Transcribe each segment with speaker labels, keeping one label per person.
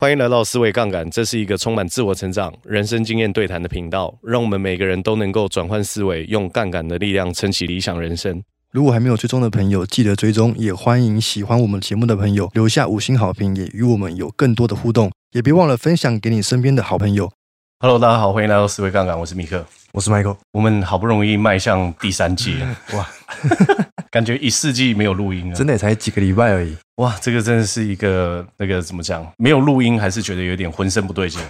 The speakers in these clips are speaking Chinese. Speaker 1: 欢迎来到思维杠杆，这是一个充满自我成长、人生经验对谈的频道，让我们每个人都能够转换思维，用杠杆的力量撑起理想人生。
Speaker 2: 如果还没有追踪的朋友，记得追踪，也欢迎喜欢我们节目的朋友留下五星好评，也与我们有更多的互动，也别忘了分享给你身边的好朋友。
Speaker 1: Hello，大家好，欢迎来到思维杠杆，我是米克。
Speaker 2: 我是 Michael，
Speaker 1: 我们好不容易迈向第三季 了，
Speaker 2: 哇，
Speaker 1: 感觉一世纪没有录音 了，
Speaker 2: 真的也才几个礼拜而已，
Speaker 1: 哇，这个真的是一个那个怎么讲？没有录音还是觉得有点浑身不对 劲，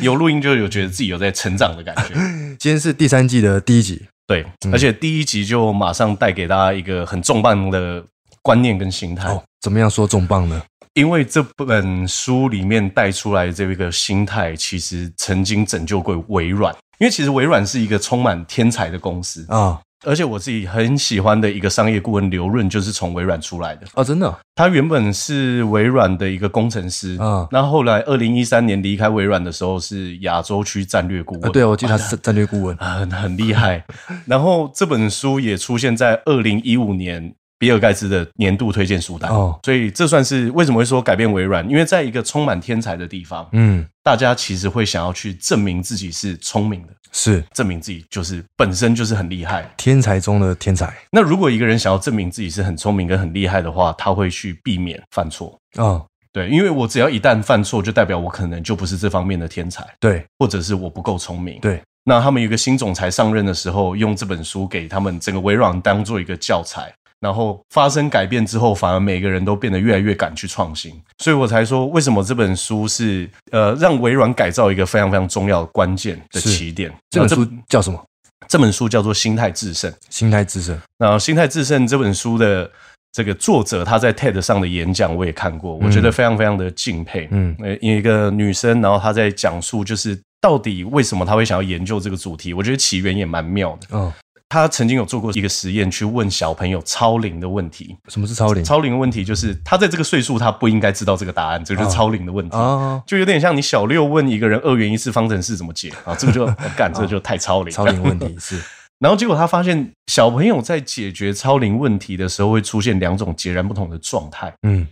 Speaker 1: 有录音就有觉得自己有在成长的感 觉。
Speaker 2: 今天是第三季的第一集，
Speaker 1: 对，而且第一集就马上带给大家一个很重磅的观念跟心态，
Speaker 2: 哦，怎么样说重磅呢？
Speaker 1: 因为这本书里面带出来这个心态，其实曾经拯救过微软。因为其实微软是一个充满天才的公司，
Speaker 2: 啊、哦，
Speaker 1: 而且我自己很喜欢的一个商业顾问刘润就是从微软出来的。
Speaker 2: 真的哦，
Speaker 1: 他原本是微软的一个工程师，
Speaker 2: 嗯
Speaker 1: 那后来二零一三年离开微软的时候是亚洲区战略顾问。啊
Speaker 2: 呃对啊，我记得他是战略顾问，
Speaker 1: 很很厉害。然后这本书也出现在二零一五年比尔盖茨的年度推荐书单，
Speaker 2: 哦，
Speaker 1: 所以这算是为什么会说改变微软，因为在一个充满天才的地方，
Speaker 2: 嗯，
Speaker 1: 大家其实会想要去证明自己是聪明的，
Speaker 2: 是
Speaker 1: 证明自己就是本身就是很厉害。
Speaker 2: 天才中的天才，
Speaker 1: 那如果一个人想要证明自己是很聪明跟很厉害的话，他会去避免犯错。
Speaker 2: 哦，
Speaker 1: 对，因为我只要一旦犯错，就代表我可能就不是这方面的天才。
Speaker 2: 对，
Speaker 1: 或者是我不够聪明。
Speaker 2: 对，
Speaker 1: 那他们有一个新总裁上任的时候，用这本书给他们整个微软当做一个教材。然后发生改变之后，反而每个人都变得越来越敢去创新，所以我才说为什么这本书是呃让微软改造一个非常非常重要的关键的
Speaker 2: 是
Speaker 1: 起点。
Speaker 2: 啊这本书
Speaker 1: 那
Speaker 2: 叫什么？
Speaker 1: 这本书叫做《心态制胜》。
Speaker 2: 心态制胜，
Speaker 1: 那《心态制胜》这本书的这个作者，他在 TED 上的演讲我也看过，我觉得非常非常的敬佩。
Speaker 2: 嗯
Speaker 1: 呃，一个女生，然后她在讲述就是到底为什么她会想要研究这个主题，我觉得起源也蛮妙的。
Speaker 2: 哦，
Speaker 1: 她曾经有做过一个实验，去问小朋友超龄的问题。
Speaker 2: 什么是超龄？
Speaker 1: 超龄的问题就是他在这个岁数，他不应该知道这个答案，这就是
Speaker 2: 哦
Speaker 1: 超龄的问题。
Speaker 2: 哦，
Speaker 1: 就有点像你小六问一个人二元一次方程式怎么解啊，这个就干、这就太超龄了，
Speaker 2: 哦超龄问题是，
Speaker 1: 然后结果他发现，小朋友在解决超龄问题的时候，会出现两种截然不同的状态。
Speaker 2: 嗯，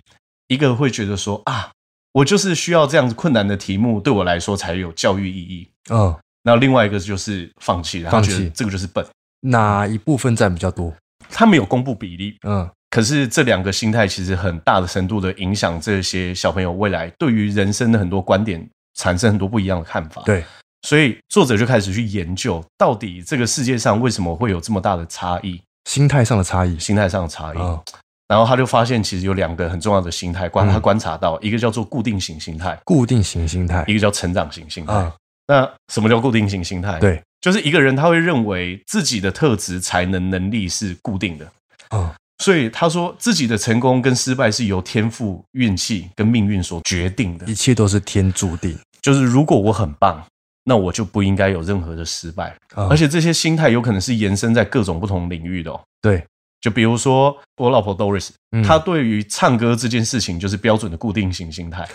Speaker 1: 一个会觉得说啊，我就是需要这样子困难的题目，对我来说才有教育意义。
Speaker 2: 哦，
Speaker 1: 那另外一个就是放弃了，他
Speaker 2: 放弃
Speaker 1: 觉得这个就是笨。
Speaker 2: 哪一部分占比较多？
Speaker 1: 他没有公布比例，
Speaker 2: 嗯，
Speaker 1: 可是这两个心态其实很大的程度的影响这些小朋友未来对于人生的很多观点产生很多不一样的看法。
Speaker 2: 对，
Speaker 1: 所以作者就开始去研究，到底这个世界上为什么会有这么大的差异，
Speaker 2: 心态上的差异，
Speaker 1: 心态上的差异。
Speaker 2: 哦，
Speaker 1: 然后他就发现，其实有两个很重要的心态，
Speaker 2: 嗯
Speaker 1: 观他观察到，一个叫做固定型心态，
Speaker 2: 固定型心态
Speaker 1: 一个叫成长型心态。
Speaker 2: 啊，
Speaker 1: 那什么叫固定型心态？，
Speaker 2: 对，
Speaker 1: 就是一个人他会认为自己的特质、才能、能力是固定的，
Speaker 2: 啊，
Speaker 1: 所以他说自己的成功跟失败是由天赋、运气跟命运所决定的
Speaker 2: 一。切都是天注定
Speaker 1: 就是如果我很棒，那我就不应该有任何的失败。
Speaker 2: 啊，
Speaker 1: 而且这些心态有可能是延伸在各种不同领域的哦。
Speaker 2: 对，
Speaker 1: 就比如说我老婆 Doris，
Speaker 2: 嗯
Speaker 1: 她对于唱歌这件事情就是标准的固定型心 态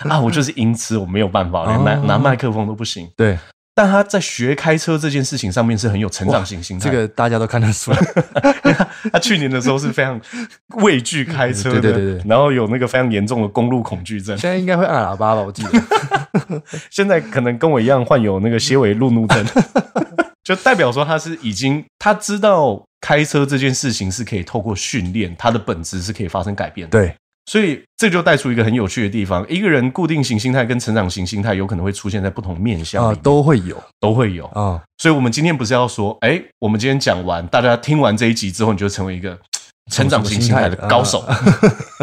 Speaker 1: 啊，我就是音痴，我没有办法，连拿
Speaker 2: 哦
Speaker 1: 拿麦克风都不行。
Speaker 2: 对
Speaker 1: 但她在学开车这件事情上面是很有成长型心态。
Speaker 2: 这个大家都看得出 来，
Speaker 1: 她去年的时候是非常畏惧开车的，
Speaker 2: 对对对对
Speaker 1: 然后有那个非常严重的公路恐惧 症。
Speaker 2: 现在应该会按喇叭吧？我记得
Speaker 1: 现在可能跟我一样患有那个些微路怒 症，就代表说他是已经他知道开车这件事情是可以透过训练，它的本质是可以发生改变 的。
Speaker 2: 对，
Speaker 1: 所以这就带出一个很有趣的地方：一个人固定型心态跟成长型心态有可能会出现在不同面向
Speaker 2: 啊，
Speaker 1: 里，
Speaker 2: 都会有
Speaker 1: 都会有。
Speaker 2: 啊，
Speaker 1: 所以我们今天不是要说，哎，我们今天讲完，大家听完这一集之后，你就成为一个。成长型心态的 高手，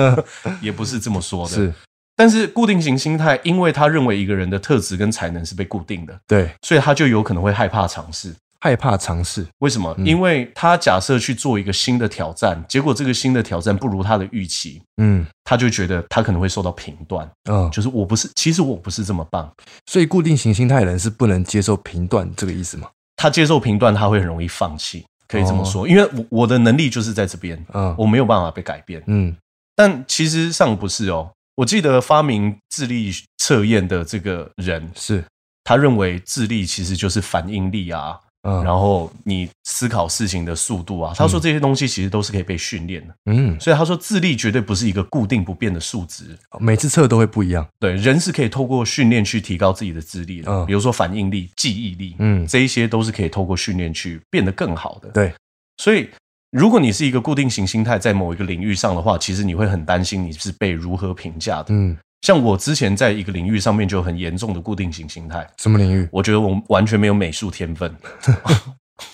Speaker 1: 也不是这么说
Speaker 2: 嗯
Speaker 1: 的。
Speaker 2: 是
Speaker 1: 但是固定型心态，因为他认为一个人的特质跟才能是被固定的，
Speaker 2: 对，
Speaker 1: 所以他就有可能会害怕尝试。
Speaker 2: 害怕尝试，
Speaker 1: 为什么？
Speaker 2: 嗯
Speaker 1: 因为他假设去做一个新的挑战，结果这个新的挑战不如他的预期，
Speaker 2: 嗯
Speaker 1: 他就觉得他可能会受到评断，
Speaker 2: 啊，
Speaker 1: 就是我不是，其实我不是这么棒。
Speaker 2: 所以固定型心态的人是不能接受评断这个意思嘛？
Speaker 1: 他接受评断，他会很容易放弃，可以这么说。因为我我的能力就是在这边，
Speaker 2: 啊，
Speaker 1: 我没有办法被改变。
Speaker 2: 嗯
Speaker 1: 但其实上不是哦。我记得发明智力测验的这个人，
Speaker 2: 是
Speaker 1: 他认为智力其实就是反应力啊，
Speaker 3: 嗯
Speaker 1: 然后你思考事情的速度啊，他说这些东西其实都是可以被训练的，
Speaker 3: 嗯，
Speaker 1: 所以他说智力绝对不是一个固定不变的数值，
Speaker 3: 每次测都会不一样。
Speaker 1: 对，人是可以透过训练去提高自己的智力的，
Speaker 3: 嗯
Speaker 1: 比如说反应力、记忆力，
Speaker 3: 嗯
Speaker 1: 这一些都是可以透过训练去变得更好的。
Speaker 3: 对，
Speaker 1: 所以如果你是一个固定型心态在某一个领域上的话，其实你会很担心你是被如何评价的。
Speaker 3: 嗯，
Speaker 1: 像我之前在一个领域上面就有很严重的固定型心态，
Speaker 3: 什么领域？
Speaker 1: 我觉得我完全没有美术天分，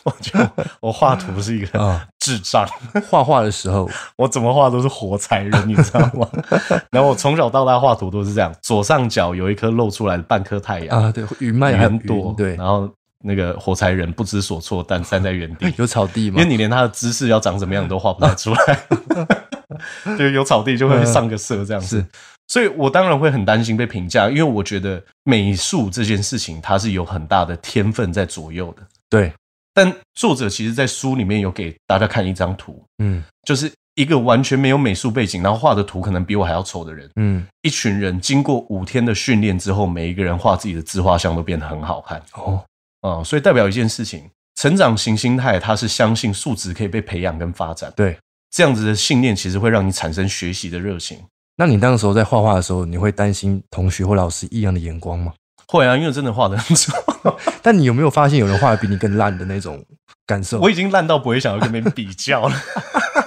Speaker 1: 我觉得我我画图是一个
Speaker 3: 啊，
Speaker 1: 智障。
Speaker 3: 画画的时候，
Speaker 1: 我怎么画都是火柴人，你知道吗？ 然后我从小到大画图都是这样，左上角有一颗露出来的半颗太阳，
Speaker 3: 啊，对，云脉还有
Speaker 1: 很
Speaker 3: 云
Speaker 1: 朵，
Speaker 3: 对，
Speaker 1: 然，后那个火柴人不知所措，但站在原地
Speaker 3: 有草地
Speaker 1: 因
Speaker 3: 吗
Speaker 1: 为？你连他的姿势要长怎么样你都画不太出 来，就有草地就会上个色这样子。
Speaker 3: 是
Speaker 1: 所以我当然会很担心被评价，因为我觉得美术这件事情它是有很大的天分在左右的。
Speaker 3: 对，
Speaker 1: 但作者其实，在书里面有给大家看一张图，
Speaker 3: 嗯
Speaker 1: 就是一个完全没有美术背景，然后画的图可能比我还要丑的人，
Speaker 3: 嗯，
Speaker 1: 一群人经过五天的训练之后，每一个人画自己的自画像都变得很好看
Speaker 3: 哦，
Speaker 1: 啊、所以代表一件事情，成长型心态它是相信素质可以被培养跟发展，
Speaker 3: 对。
Speaker 1: 这样子的信念其实会让你产生学习的热情。
Speaker 3: 那你当时候在画画的时候，你会担心同学或老师异样的眼光吗？
Speaker 1: 会啊，因为真的画的很 丑，
Speaker 3: 但你有没有发现有人画的比你更烂的那种感受？
Speaker 1: 我已经烂到不会想要跟别人比较了。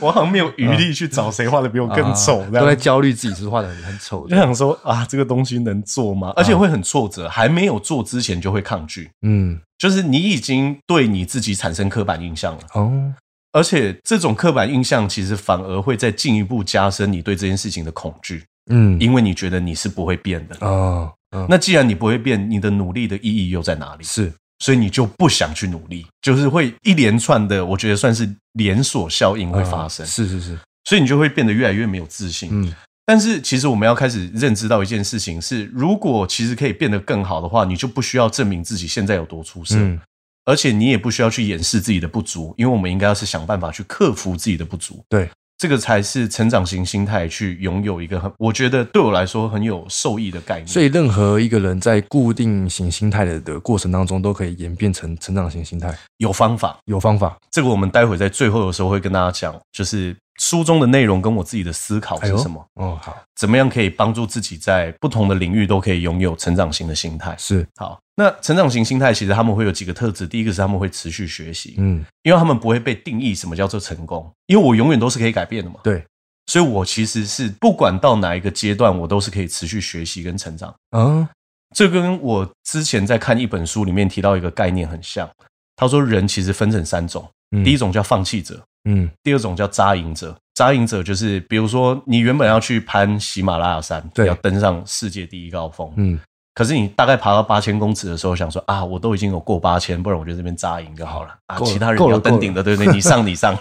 Speaker 1: 我好像没有余力去找谁画的比我更丑，
Speaker 3: 嗯啊
Speaker 1: 这
Speaker 3: 都在
Speaker 1: 样
Speaker 3: 焦虑自己是不是画的很很丑
Speaker 1: 就
Speaker 3: 的。
Speaker 1: 想说啊，这个东西能做吗？而且
Speaker 3: 啊
Speaker 1: 会很挫折，还没有做之前就会抗拒，
Speaker 3: 嗯，
Speaker 1: 就是你已经对你自己产生刻板印象了，
Speaker 3: 哦，
Speaker 1: 而且这种刻板印象其实反而会再进一步加深你对这件事情的恐惧，
Speaker 3: 嗯，
Speaker 1: 因为你觉得你是不会变的。
Speaker 3: 哦，
Speaker 1: 那既然你不会变，你的努力的意义又在哪里？
Speaker 3: 是，
Speaker 1: 所以你就不想去努力，就是会一连串的，我觉得算是连锁效应会发生，
Speaker 3: 嗯是是是，
Speaker 1: 所以你就会变得越来越没有自信。
Speaker 3: 嗯
Speaker 1: 但是其实我们要开始认知到一件事情是，如果其实可以变得更好的话，你就不需要证明自己现在有多出色，
Speaker 3: 嗯
Speaker 1: 而且你也不需要去掩饰自己的不足，因为我们应该要是想办法去克服自己的不足。
Speaker 3: 对，
Speaker 1: 这个才是成长型心态去拥有一个很，我觉得对我来说很有受益的概念。
Speaker 3: 所以，任何一个人在固定型心态的的过程当中，都可以演变成成长型心态，
Speaker 1: 有方法，
Speaker 3: 有方法。
Speaker 1: 这个我们待会在最后的时候会跟大家讲，就是书中的内容跟我自己的思考是什么，
Speaker 3: 哦，好，
Speaker 1: 怎么样可以帮助自己在不同的领域都可以拥有成长型的心态。
Speaker 3: 是，
Speaker 1: 好，那成长型心态其实他们会有几个特质，第一个是他们会持续学习，
Speaker 3: 嗯，
Speaker 1: 因为他们不会被定义什么叫做成功，因为我永远都是可以改变的嘛。
Speaker 3: 对，
Speaker 1: 所以我其实是不管到哪一个阶段，我都是可以持续学习跟成长。
Speaker 3: 啊，
Speaker 1: 这跟我之前在看一本书里面提到一个概念很像，他说人其实分成三种，
Speaker 3: 嗯
Speaker 1: 第一，种叫放弃者，
Speaker 3: 嗯，
Speaker 1: 第二种叫扎营者。扎营者就是，比如说你原本要去攀喜马拉雅山，
Speaker 3: 对
Speaker 1: 要登上世界第一高峰，
Speaker 3: 嗯，
Speaker 1: 可是你大概爬到八千公尺的时候，想说啊，我都已经有过八千，不然我就这边扎营就好了啊。
Speaker 3: 够了
Speaker 1: 其他人
Speaker 3: 够了
Speaker 1: 要登顶的，对不对？你上你 上。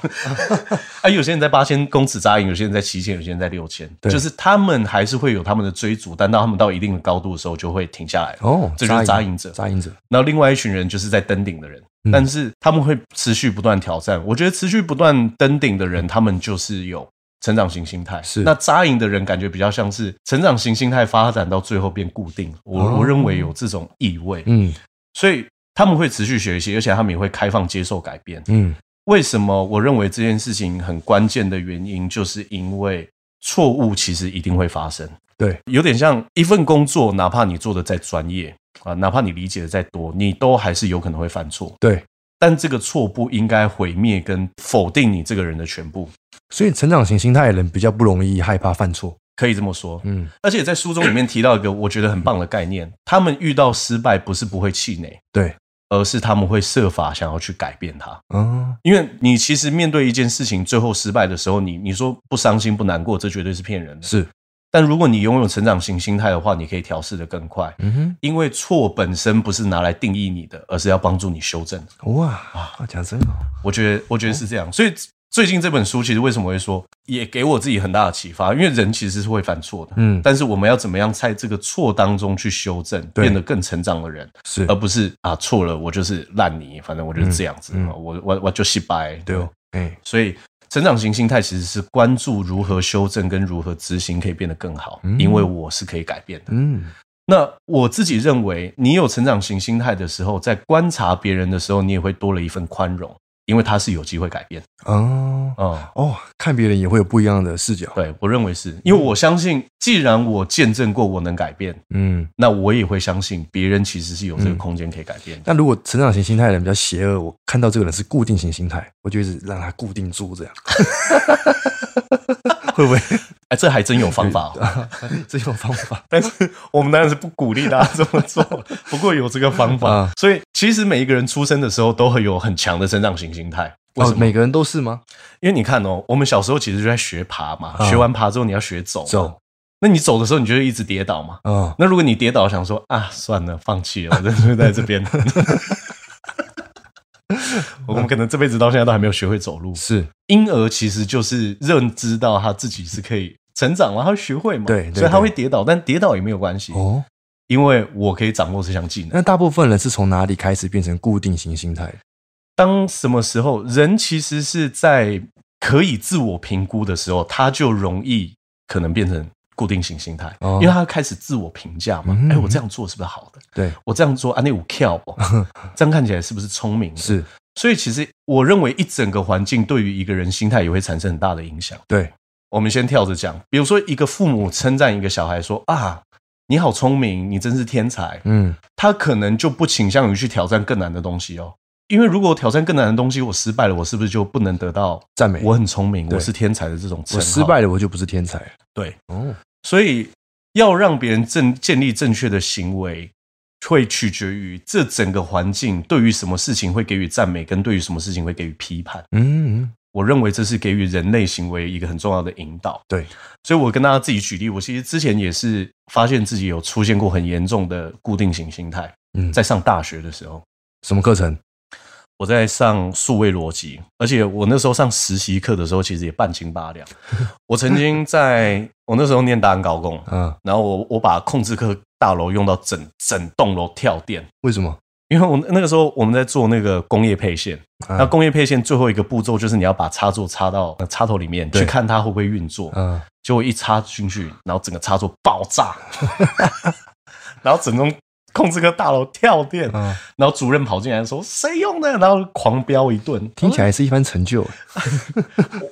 Speaker 1: 啊，有些人在八千公尺扎营，有些人在七千，有些人在六千，
Speaker 3: 对
Speaker 1: 就是他们还是会有他们的追逐，但到他们到一定的高度的时候就会停下来。
Speaker 3: 哦，
Speaker 1: 这就是扎营者
Speaker 3: 扎营者，
Speaker 1: 然后另外一群人就是在登顶的人，
Speaker 3: 嗯
Speaker 1: 但是他们会持续不断挑战。我觉得持续不断登顶的人，他们就是有。成长型心态
Speaker 3: 嗯是
Speaker 1: 那扎营的人感觉比较像是成长型心态发展到最后变固定，我、
Speaker 3: 哦
Speaker 1: 我认为有这种意味。
Speaker 3: 嗯
Speaker 1: 所以他们会持续学习，而且他们也会开放接受改变。
Speaker 3: 嗯，
Speaker 1: 为什么我认为这件事情很关键的原因，就是因为错误其实一定会发生。
Speaker 3: 对，
Speaker 1: 有点像一份工作，哪怕你做的再专业啊，哪怕你理解的再多，你都还是有可能会犯错。
Speaker 3: 对，
Speaker 1: 但这个错不应该毁灭跟否定你这个人的全部，
Speaker 3: 所以成长型心态的人比较不容易害怕犯错，
Speaker 1: 可以这么说。
Speaker 3: 嗯，
Speaker 1: 而且在书中里面提到一个我觉得很棒的概念，他们遇到失败不是不会气馁，
Speaker 3: 对，
Speaker 1: 而是他们会设法想要去改变它。
Speaker 3: 啊，
Speaker 1: 因为你其实面对一件事情最后失败的时候，你你说不伤心不难过，这绝对是骗人的。
Speaker 3: 是，
Speaker 1: 但如果你拥有成长型心态的话，你可以调试的更快，
Speaker 3: 嗯
Speaker 1: 因为错本身不是拿来定义你的，而是要帮助你修正的。
Speaker 3: 哼，哇，讲真好，哦
Speaker 1: 我觉得，我觉得是这样。所以最近这本书其实为什么会说，也给我自己很大的启发，因为人其实是会犯错的。
Speaker 3: 嗯，
Speaker 1: 但是我们要怎么样在这个错当中去修正，
Speaker 3: 对
Speaker 1: 变得更成长的人，
Speaker 3: 是
Speaker 1: 而，不是啊错了我就是烂泥，反正我就是这样子，
Speaker 3: 嗯嗯
Speaker 1: 我我我就失败。
Speaker 3: 对哦，哎，
Speaker 1: 所以成长型心态其实是关注如何修正跟如何执行可以变得更好，
Speaker 3: 嗯
Speaker 1: 因为我是可以改变的。
Speaker 3: 嗯，
Speaker 1: 那我自己认为，你有成长型心态的时候，在观察别人的时候，你也会多了一份宽容，因为他是有机会改变。
Speaker 3: 哦
Speaker 1: 嗯，
Speaker 3: 哦，看别人也会有不一样的视角。
Speaker 1: 对我认为是因为我相信，既然我见证过我能改变，
Speaker 3: 嗯，
Speaker 1: 那我也会相信别人其实是有这个空间可以改变的。
Speaker 3: 那如果成长型心态的人比较邪恶，我看到这个人是固定型心态，我就一直让他固定住，这样会不会
Speaker 1: 哎、这还真有方法、哦。
Speaker 3: 这种方法？
Speaker 1: 但是我们当然是不鼓励大家这么 做，不过有这个方法。
Speaker 3: 啊
Speaker 1: 所以其实每一个人出生的时候都会有很强的成长型心态。为什
Speaker 3: 哦，
Speaker 1: 么？
Speaker 3: 每个人都是吗？
Speaker 1: 因为你看哦，我们小时候其实就在学爬嘛，
Speaker 3: 啊
Speaker 1: 学完爬之后你要学走嘛。
Speaker 3: 走，
Speaker 1: 那你走的时候你就会一直跌倒嘛。
Speaker 3: 嗯，
Speaker 1: 那如果你跌倒想说啊，算了，放弃了，我 真的在这 边。我们可能这辈子到现在都还没有学会走路。
Speaker 3: 是
Speaker 1: 婴儿其实就是认知到他自己是可以成长了，他会学会嘛，
Speaker 3: 对对
Speaker 1: 所以他
Speaker 3: 对
Speaker 1: 会跌倒，但跌倒也没有关系，
Speaker 3: 哦。
Speaker 1: 因为我可以掌握这项技能。
Speaker 3: 那大部分人是从哪里开始变成固定型心态？
Speaker 1: 当什么时候人其实是在可以自我评估的时候，他就容易可能变成固定型心态，
Speaker 3: 哦
Speaker 1: 因为他开始自我评价嘛。哎、
Speaker 3: 嗯
Speaker 1: 我这样做是不是好的？
Speaker 3: 对，
Speaker 1: 我这样做啊，那我跳哦， 这样看起来是不是聪明？。
Speaker 3: 是
Speaker 1: 所以其实我认为一整个环境对于一个人心态也会产生很大的影响。
Speaker 3: 对，
Speaker 1: 我们先跳着讲，比如说一个父母称赞一个小孩说啊，你好聪明，你真是天才，
Speaker 3: 嗯，
Speaker 1: 他可能就不倾向于去挑战更难的东西哦。因为如果我挑战更难的东西，我失败了，我是不是就不能得到
Speaker 3: 赞美
Speaker 1: 我很聪明，
Speaker 3: 对
Speaker 1: 我是天才的这种称
Speaker 3: 我
Speaker 1: 号？
Speaker 3: 失，败了，我就不是天才了。
Speaker 1: 对，
Speaker 3: 哦，
Speaker 1: 所以要让别人正建立正确的行为，会取决于这整个环境对于什么事情会给予赞美，跟对于什么事情会给予批判。
Speaker 3: 嗯，嗯
Speaker 1: 我认为这是给予人类行为一个很重要的引导。
Speaker 3: 对，
Speaker 1: 所以我跟大家自己举例，我其实之前也是发现自己有出现过很严重的固定型心态，
Speaker 3: 嗯，
Speaker 1: 在上大学的时候。
Speaker 3: 什么课程？
Speaker 1: 我在上数位逻辑，而且我那时候上实习课的时候，其实也半斤八两。 我曾经在我那时候念大安高工，
Speaker 3: 啊，
Speaker 1: 然后我我把控制课大楼用到整整栋楼跳电，
Speaker 3: 为什么？
Speaker 1: 因为我那个时候我们在做那个工业配线，
Speaker 3: 啊
Speaker 1: 那工业配线最后一个步骤就是你要把插座插到呃插头里面
Speaker 3: 对
Speaker 1: 去看它会不会运作，
Speaker 3: 啊，
Speaker 1: 结果一插进去，然后整个插座爆炸， 然后整栋控制科大楼跳电，
Speaker 3: 嗯
Speaker 1: 然后主任跑进来说谁用的，然后狂飙一顿，
Speaker 3: 听起来是一番 成就。
Speaker 1: 我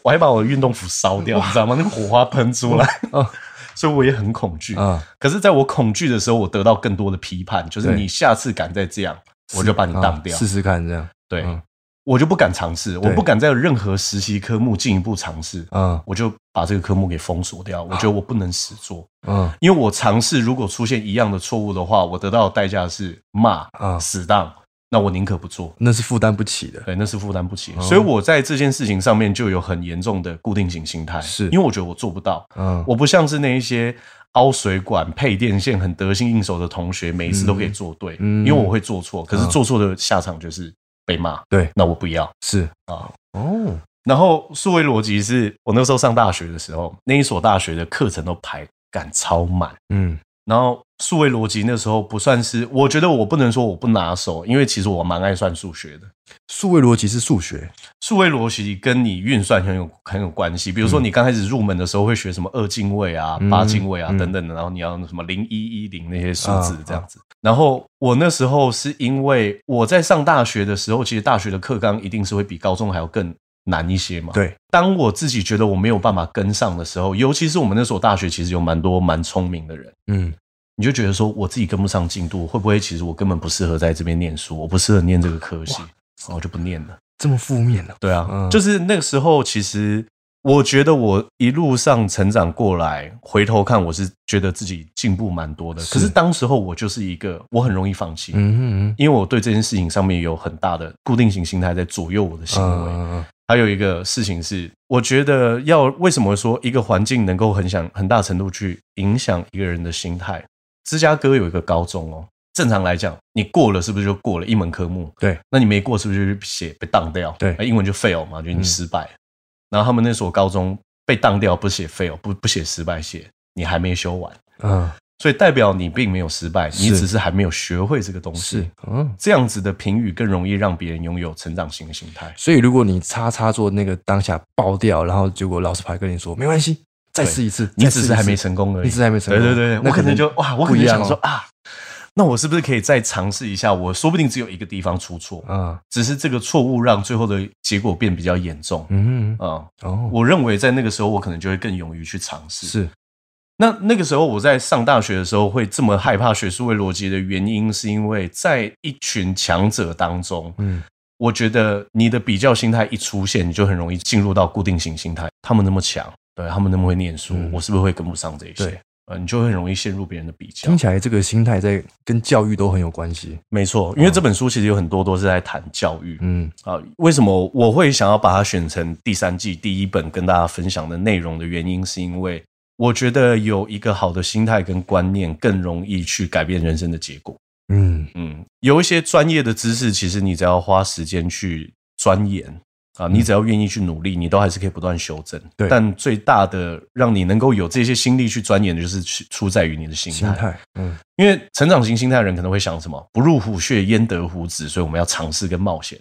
Speaker 1: 我还把我的运动服烧掉，你知道吗？那个火花喷出来
Speaker 3: 哇，
Speaker 1: 所以我也很恐惧。
Speaker 3: 啊，
Speaker 1: 可是，在我恐惧的时候，我得到更多的批判，就是
Speaker 3: 对
Speaker 1: 你下次敢再这样，我就把你当掉。
Speaker 3: 啊试试看，这样。
Speaker 1: 对，
Speaker 3: 嗯
Speaker 1: 我就不敢尝试，我
Speaker 3: 对
Speaker 1: 不敢在任何实习科目进一步尝试，
Speaker 3: 啊，
Speaker 1: 我就把这个科目给封锁掉。我觉得我不能死做，
Speaker 3: 嗯
Speaker 1: 因为我尝试如果出现一样的错误的话，我得到的代价是骂、
Speaker 3: 啊，
Speaker 1: 死当，那我宁可不做。
Speaker 3: 那是负担不起的。
Speaker 1: 对，那是负担不起的，
Speaker 3: 哦
Speaker 1: 所以我在这件事情上面就有很严重的固定型心态，
Speaker 3: 是
Speaker 1: 因为我觉得我做不到，
Speaker 3: 嗯，
Speaker 1: 我不像是那一些凹水管、配电线很得心应手的同学，每一次都可以做对，
Speaker 3: 嗯
Speaker 1: 因为我会做错，可是
Speaker 3: 嗯
Speaker 1: 做错的下场就是被骂，
Speaker 3: 对
Speaker 1: 那我不要。
Speaker 3: 是
Speaker 1: 啊。
Speaker 3: 哦，
Speaker 1: 然后数位逻辑是我那时候上大学的时候，那一所大学的课程都排赶超满。
Speaker 3: 嗯，
Speaker 1: 然后数位逻辑那时候不算是，我觉得我不能说我不拿手，因为其实我蛮爱算数学的。
Speaker 3: 数位逻辑是数学。
Speaker 1: 数位逻辑跟你运算很有很有关系。比如说，你刚开始入门的时候会学什么二进位啊、
Speaker 3: 嗯
Speaker 1: 八进位啊
Speaker 3: 嗯啊
Speaker 1: 等等的，然后你要用什么零一一零那些数字这样子。然后我那时候是因为我在上大学的时候，其实大学的课纲一定是会比高中还要更难一些嘛。
Speaker 3: 对，
Speaker 1: 当我自己觉得我没有办法跟上的时候，尤其是我们那所大学其实有蛮多蛮聪明的人，
Speaker 3: 嗯，
Speaker 1: 你就觉得说我自己跟不上进度，会不会其实我根本不适合在这边念书，我不适合念这个科系，然后我就不念了。
Speaker 3: 这么负面呢？
Speaker 1: 对啊，
Speaker 3: 嗯
Speaker 1: 就是那个时候，其实我觉得我一路上成长过来，回头看我是觉得自己进步蛮多的。
Speaker 3: 是
Speaker 1: 可是当时候我就是一个我很容易放弃，
Speaker 3: 嗯嗯
Speaker 1: 因为我对这件事情上面有很大的固定型心态在左右我的行为。
Speaker 3: 嗯
Speaker 1: 还有一个事情是，我觉得要为什么说一个环境能够很想很大程度去影响一个人的心态？芝加哥有一个高中哦，正常来讲，你过了是不是就过了一门科目？
Speaker 3: 对，
Speaker 1: 那你没过是不是就写被当掉？
Speaker 3: 对嗯
Speaker 1: 那英文就 fail 嘛，就你失败了。然后他们那所高中被当掉，不写 fail，不不写失败，写你还没修完，
Speaker 3: 嗯，
Speaker 1: 所以代表你并没有失败，你
Speaker 3: 是
Speaker 1: 只是还没有学会这个东西。
Speaker 3: 是嗯。
Speaker 1: 这样子的评语更容易让别人拥有成长型的心态。
Speaker 3: 所以，如果你叉叉做那个当下爆掉，然后结果老师牌跟你说没关系，再试一次，
Speaker 1: 你
Speaker 3: 再
Speaker 1: 只
Speaker 3: 试
Speaker 1: 是
Speaker 3: 一
Speaker 1: 还没
Speaker 3: 次
Speaker 1: 成功而已。
Speaker 3: 你只是还没成功
Speaker 1: 对对对，
Speaker 3: 那
Speaker 1: 我可能就哇，我可
Speaker 3: 不
Speaker 1: 能
Speaker 3: 一样
Speaker 1: 想说
Speaker 3: 哦
Speaker 1: 啊，那我是不是可以再尝试一下？我说不定只有一个地方出错，
Speaker 3: 啊，
Speaker 1: 只是这个错误让最后的结果变比较严重。
Speaker 3: 嗯，
Speaker 1: 啊、
Speaker 3: 哦，
Speaker 1: 我认为在那个时候，我可能就会更勇于去尝试。
Speaker 3: 是
Speaker 1: 那那个时候我在上大学的时候会这么害怕学术为逻辑的原因，是因为在一群强者当中，
Speaker 3: 嗯
Speaker 1: 我觉得你的比较心态一出现，你就很容易进入到固定型心态。他们那么强，对他们那么会念书，
Speaker 3: 嗯
Speaker 1: 我是不是会跟不上这些
Speaker 3: 对？嗯
Speaker 1: 呃，你就会很容易陷入别人的比较
Speaker 3: 听。起来这个心态在跟教育都很有关系。
Speaker 1: 没错，因为这本书其实有很多都是在谈教育。
Speaker 3: 嗯
Speaker 1: 啊，为什么我会想要把它选成第三季第一本跟大家分享的内容的原因，是因为我觉得有一个好的心态跟观念，更容易去改变人生的结果。
Speaker 3: 嗯
Speaker 1: 嗯，有一些专业的知识，其实你只要花时间去钻研啊，你只要愿意去努力，你都还是可以不断修正。
Speaker 3: 嗯对
Speaker 1: 但最大的让你能够有这些心力去钻研的，就是去出在于你的心
Speaker 3: 心
Speaker 1: 态。
Speaker 3: 态，嗯
Speaker 1: 因为成长型心态的人可能会想什么“不入虎穴，焉得虎子”，所以我们要尝试跟冒险。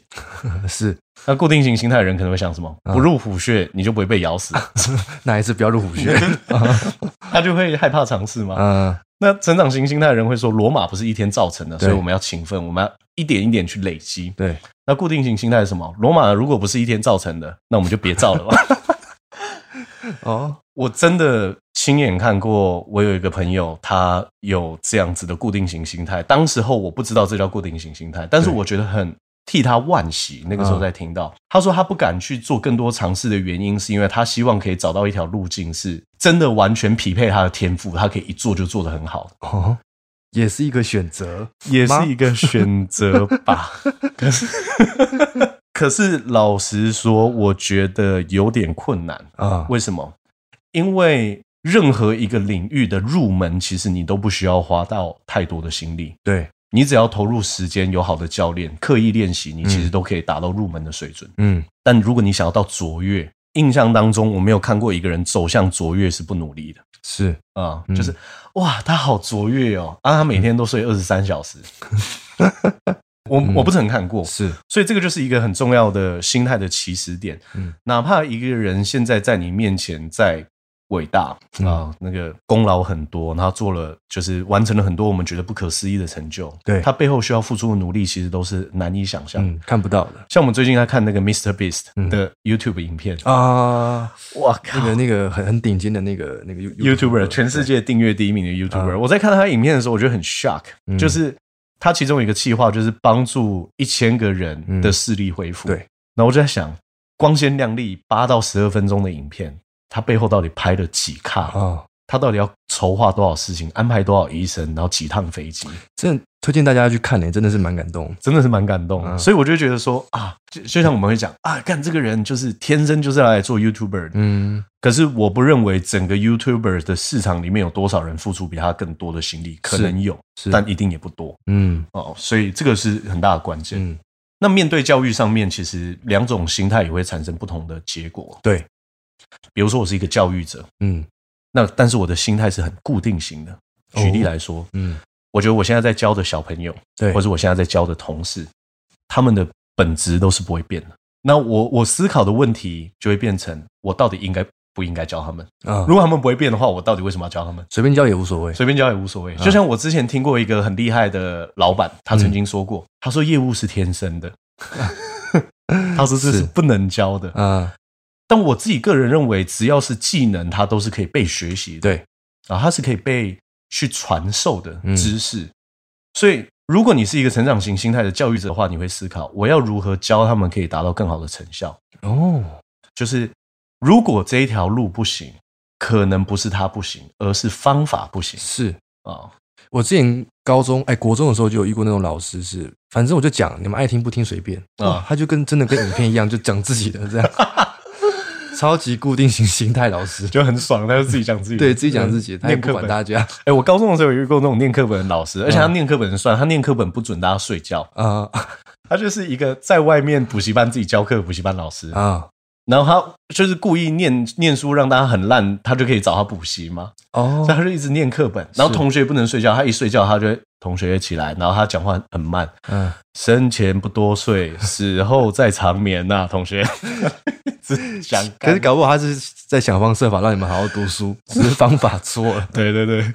Speaker 3: 是
Speaker 1: 那固定型心态的人可能会想什么？
Speaker 3: 嗯
Speaker 1: 不入虎穴，你就不会被咬 死，
Speaker 3: 哪一次不要入 虎穴？
Speaker 1: 他就会害怕尝试吗？
Speaker 3: 嗯，
Speaker 1: 那成长型心态的人会说，罗马不是一天造成的，
Speaker 3: 对
Speaker 1: 所以我们要勤奋，我们要一点一点去累积。
Speaker 3: 对，
Speaker 1: 那固定型心态是什么？罗马如果不是一天造成的，那我们就别造了吧。
Speaker 3: 哦，
Speaker 1: 我真的亲眼看过，我有一个朋友，他有这样子的固定型心态。当时候我不知道这叫固定型心态，但是
Speaker 3: 对
Speaker 1: 我觉得很替他惋惜。那个时候在听到、他说他不敢去做更多尝试的原因，是因为他希望可以找到一条路径，是真的完全匹配他的天赋，他可以一做就做得很好，
Speaker 3: 哦，也是一个选择，
Speaker 1: 也
Speaker 3: 吗
Speaker 1: 是一个选择吧。 可是，可是老实说，我觉得有点困难。
Speaker 3: 啊，
Speaker 1: 为什么？因为任何一个领域的入门，其实你都不需要花到太多的心力，
Speaker 3: 对，
Speaker 1: 你只要投入时间，有好的教练，刻意练习，你其实都可以达到入门的水准。
Speaker 3: 嗯
Speaker 1: 但如果你想要到卓越，印象当中我没有看过一个人走向卓越是不努力的。
Speaker 3: 是，
Speaker 1: 啊、
Speaker 3: 嗯
Speaker 1: 就是哇，他好卓越哦！啊，他每天都睡二十三小时， 我我不是很看过，
Speaker 3: 嗯是
Speaker 1: 所以这个就是一个很重要的心态的起始点。
Speaker 3: 嗯
Speaker 1: 哪怕一个人现在在你面前再伟大啊、
Speaker 3: 嗯
Speaker 1: 那个功劳很多，然后做了就是完成了很多我们觉得不可思议的成就，
Speaker 3: 对
Speaker 1: 他背后需要付出的努力，其实都是难以想象。
Speaker 3: 嗯看不到的
Speaker 1: 像我们最近在看那个 Mr. Beast
Speaker 3: 嗯
Speaker 1: 的 YouTube 影片，
Speaker 3: 啊，
Speaker 1: 哇靠
Speaker 3: 那！个那个很很顶尖的那个那个 You-
Speaker 1: YouTuber，全世界订阅第一名的 YouTuber。
Speaker 3: 啊
Speaker 1: 我在看他影片的时候，我觉得很 shock，、
Speaker 3: 嗯
Speaker 1: 就是他其中有一个计划就是帮助一千个人的视力恢复。
Speaker 3: 嗯对
Speaker 1: 然后我就在想，光鲜亮丽八到十二分钟的影片，他背后到底拍了几卡？
Speaker 3: 啊，
Speaker 1: 他到底要筹划多少事情，安排多少医生，然后几趟飞机，
Speaker 3: 真的推荐大家去看呢，真的是蛮感动。
Speaker 1: 真的是蛮感动的。
Speaker 3: 嗯
Speaker 1: 所以我就觉得说啊，就就像我们会讲啊，干这个人就是天生就是来做 YouTuber 的，
Speaker 3: 嗯，
Speaker 1: 可是我不认为整个 YouTuber 的市场里面有多少人付出比他更多的心力，可能有，
Speaker 3: 是
Speaker 1: 但一定也不多
Speaker 3: 嗯
Speaker 1: 哦。所以这个是很大的关键。
Speaker 3: 嗯，
Speaker 1: 那面对教育上面，其实两种心态也会产生不同的结果。
Speaker 3: 对，
Speaker 1: 比如说我是一个教育者，
Speaker 3: 嗯
Speaker 1: 那但是我的心态是很固定型的。
Speaker 3: 哦
Speaker 1: 举例来说，
Speaker 3: 嗯，
Speaker 1: 我觉得我现在在教的小朋友，
Speaker 3: 对，
Speaker 1: 或者我现在在教的同事，他们的本质都是不会变的。那我我思考的问题就会变成：我到底应该不应该教他们？
Speaker 3: 啊
Speaker 1: 如，果他们不会变的话，我到底为什么要教他们？
Speaker 3: 随便教也无所谓。
Speaker 1: 随便教也无所
Speaker 3: 嗯
Speaker 1: 谓。就像我之前听过一个很厉害的老板，他曾经说过，
Speaker 3: 嗯
Speaker 1: 他说业务是天生 的，他说这是
Speaker 3: 是
Speaker 1: 不能教的。
Speaker 3: 啊，
Speaker 1: 但我自己个人认为，只要是技能，它都是可以被学习的，
Speaker 3: 对，
Speaker 1: 啊，它是可以被去传授的
Speaker 3: 嗯
Speaker 1: 知识。所以，如果你是一个成长型心态的教育者的话，你会思考，我要如何教他们可以达到更好的成效。
Speaker 3: 哦，
Speaker 1: 就是如果这一条路不行，可能不是他不行，而是方法不行
Speaker 3: 是
Speaker 1: 啊。
Speaker 3: 我之前高中哎国中的时候就有遇过那种老师是，反正我就讲你们爱听不听随便
Speaker 1: 啊
Speaker 3: 啊，他就跟真的跟影片一样，就讲自己的 这样，超级固定型心态老师，
Speaker 1: 就很爽，他就自己讲自己的，
Speaker 3: 对自己讲自己，他也
Speaker 1: 念
Speaker 3: 不
Speaker 1: 课
Speaker 3: 管
Speaker 1: 本。
Speaker 3: 大家嗯
Speaker 1: 哎、我高中的时候有遇过那种念课本的老师，而且他念课本很帅，他念课本不准大家睡觉，
Speaker 3: 啊
Speaker 1: 他就是一个在外面补习班自己教课的补习班老师，
Speaker 3: 啊
Speaker 1: 然后他就是故意念念书让大家很烂，他就可以找他补习嘛，所以
Speaker 3: 哦
Speaker 1: 他就一直念课本，然后同学也不能睡觉，他一睡觉他就会同学一起来，然后他讲话很慢，
Speaker 3: 嗯，
Speaker 1: 生前不多睡，死后再长眠呐、同学。 只想
Speaker 3: 可
Speaker 1: 干
Speaker 3: 是搞不好他是在想方设法让你们好好读书，只是方法错了。
Speaker 1: 对对对，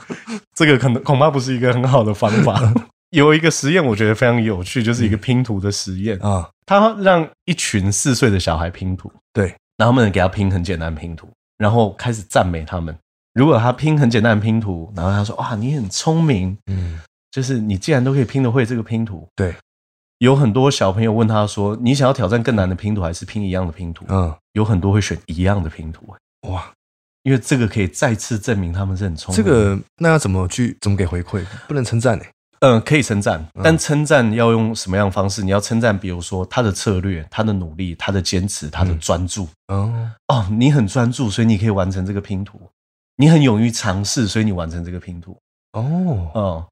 Speaker 1: 这个可能恐怕不是一个很好的方法。 有一个实验，我觉得非常有趣，就是一个
Speaker 3: 嗯
Speaker 1: 拼图的实验。
Speaker 3: 啊，
Speaker 1: 他让一群四岁的小孩拼图，
Speaker 3: 对，
Speaker 1: 然后他们给他拼很简单的拼图，然后开始赞美他们。如果他拼很简单的拼图，然后他说：“哇，你很聪明，
Speaker 3: 嗯，
Speaker 1: 就是你既然都可以拼得会这个拼图。”
Speaker 3: 对，
Speaker 1: 有很多小朋友问他说：“你想要挑战更难的拼图，还是拼一样的拼图？”
Speaker 3: 嗯，
Speaker 1: 有很多会选一样的拼图，欸
Speaker 3: 哇，
Speaker 1: 因为这个可以再次证明他们是很聪
Speaker 3: 这
Speaker 1: 明的。
Speaker 3: 个那要怎么去怎么给回馈？不能称赞哎，
Speaker 1: 嗯，可以称赞，
Speaker 3: 嗯
Speaker 1: 但称赞要用什么样的方式？你要称赞，比如说他的策略、他的努力、他的坚持、他的
Speaker 3: 嗯
Speaker 1: 专注。
Speaker 3: 哦，
Speaker 1: 哦，你很专注，所以你可以完成这个拼图；你很勇于尝试，所以你完成这个拼图。
Speaker 3: 哦，
Speaker 1: 嗯，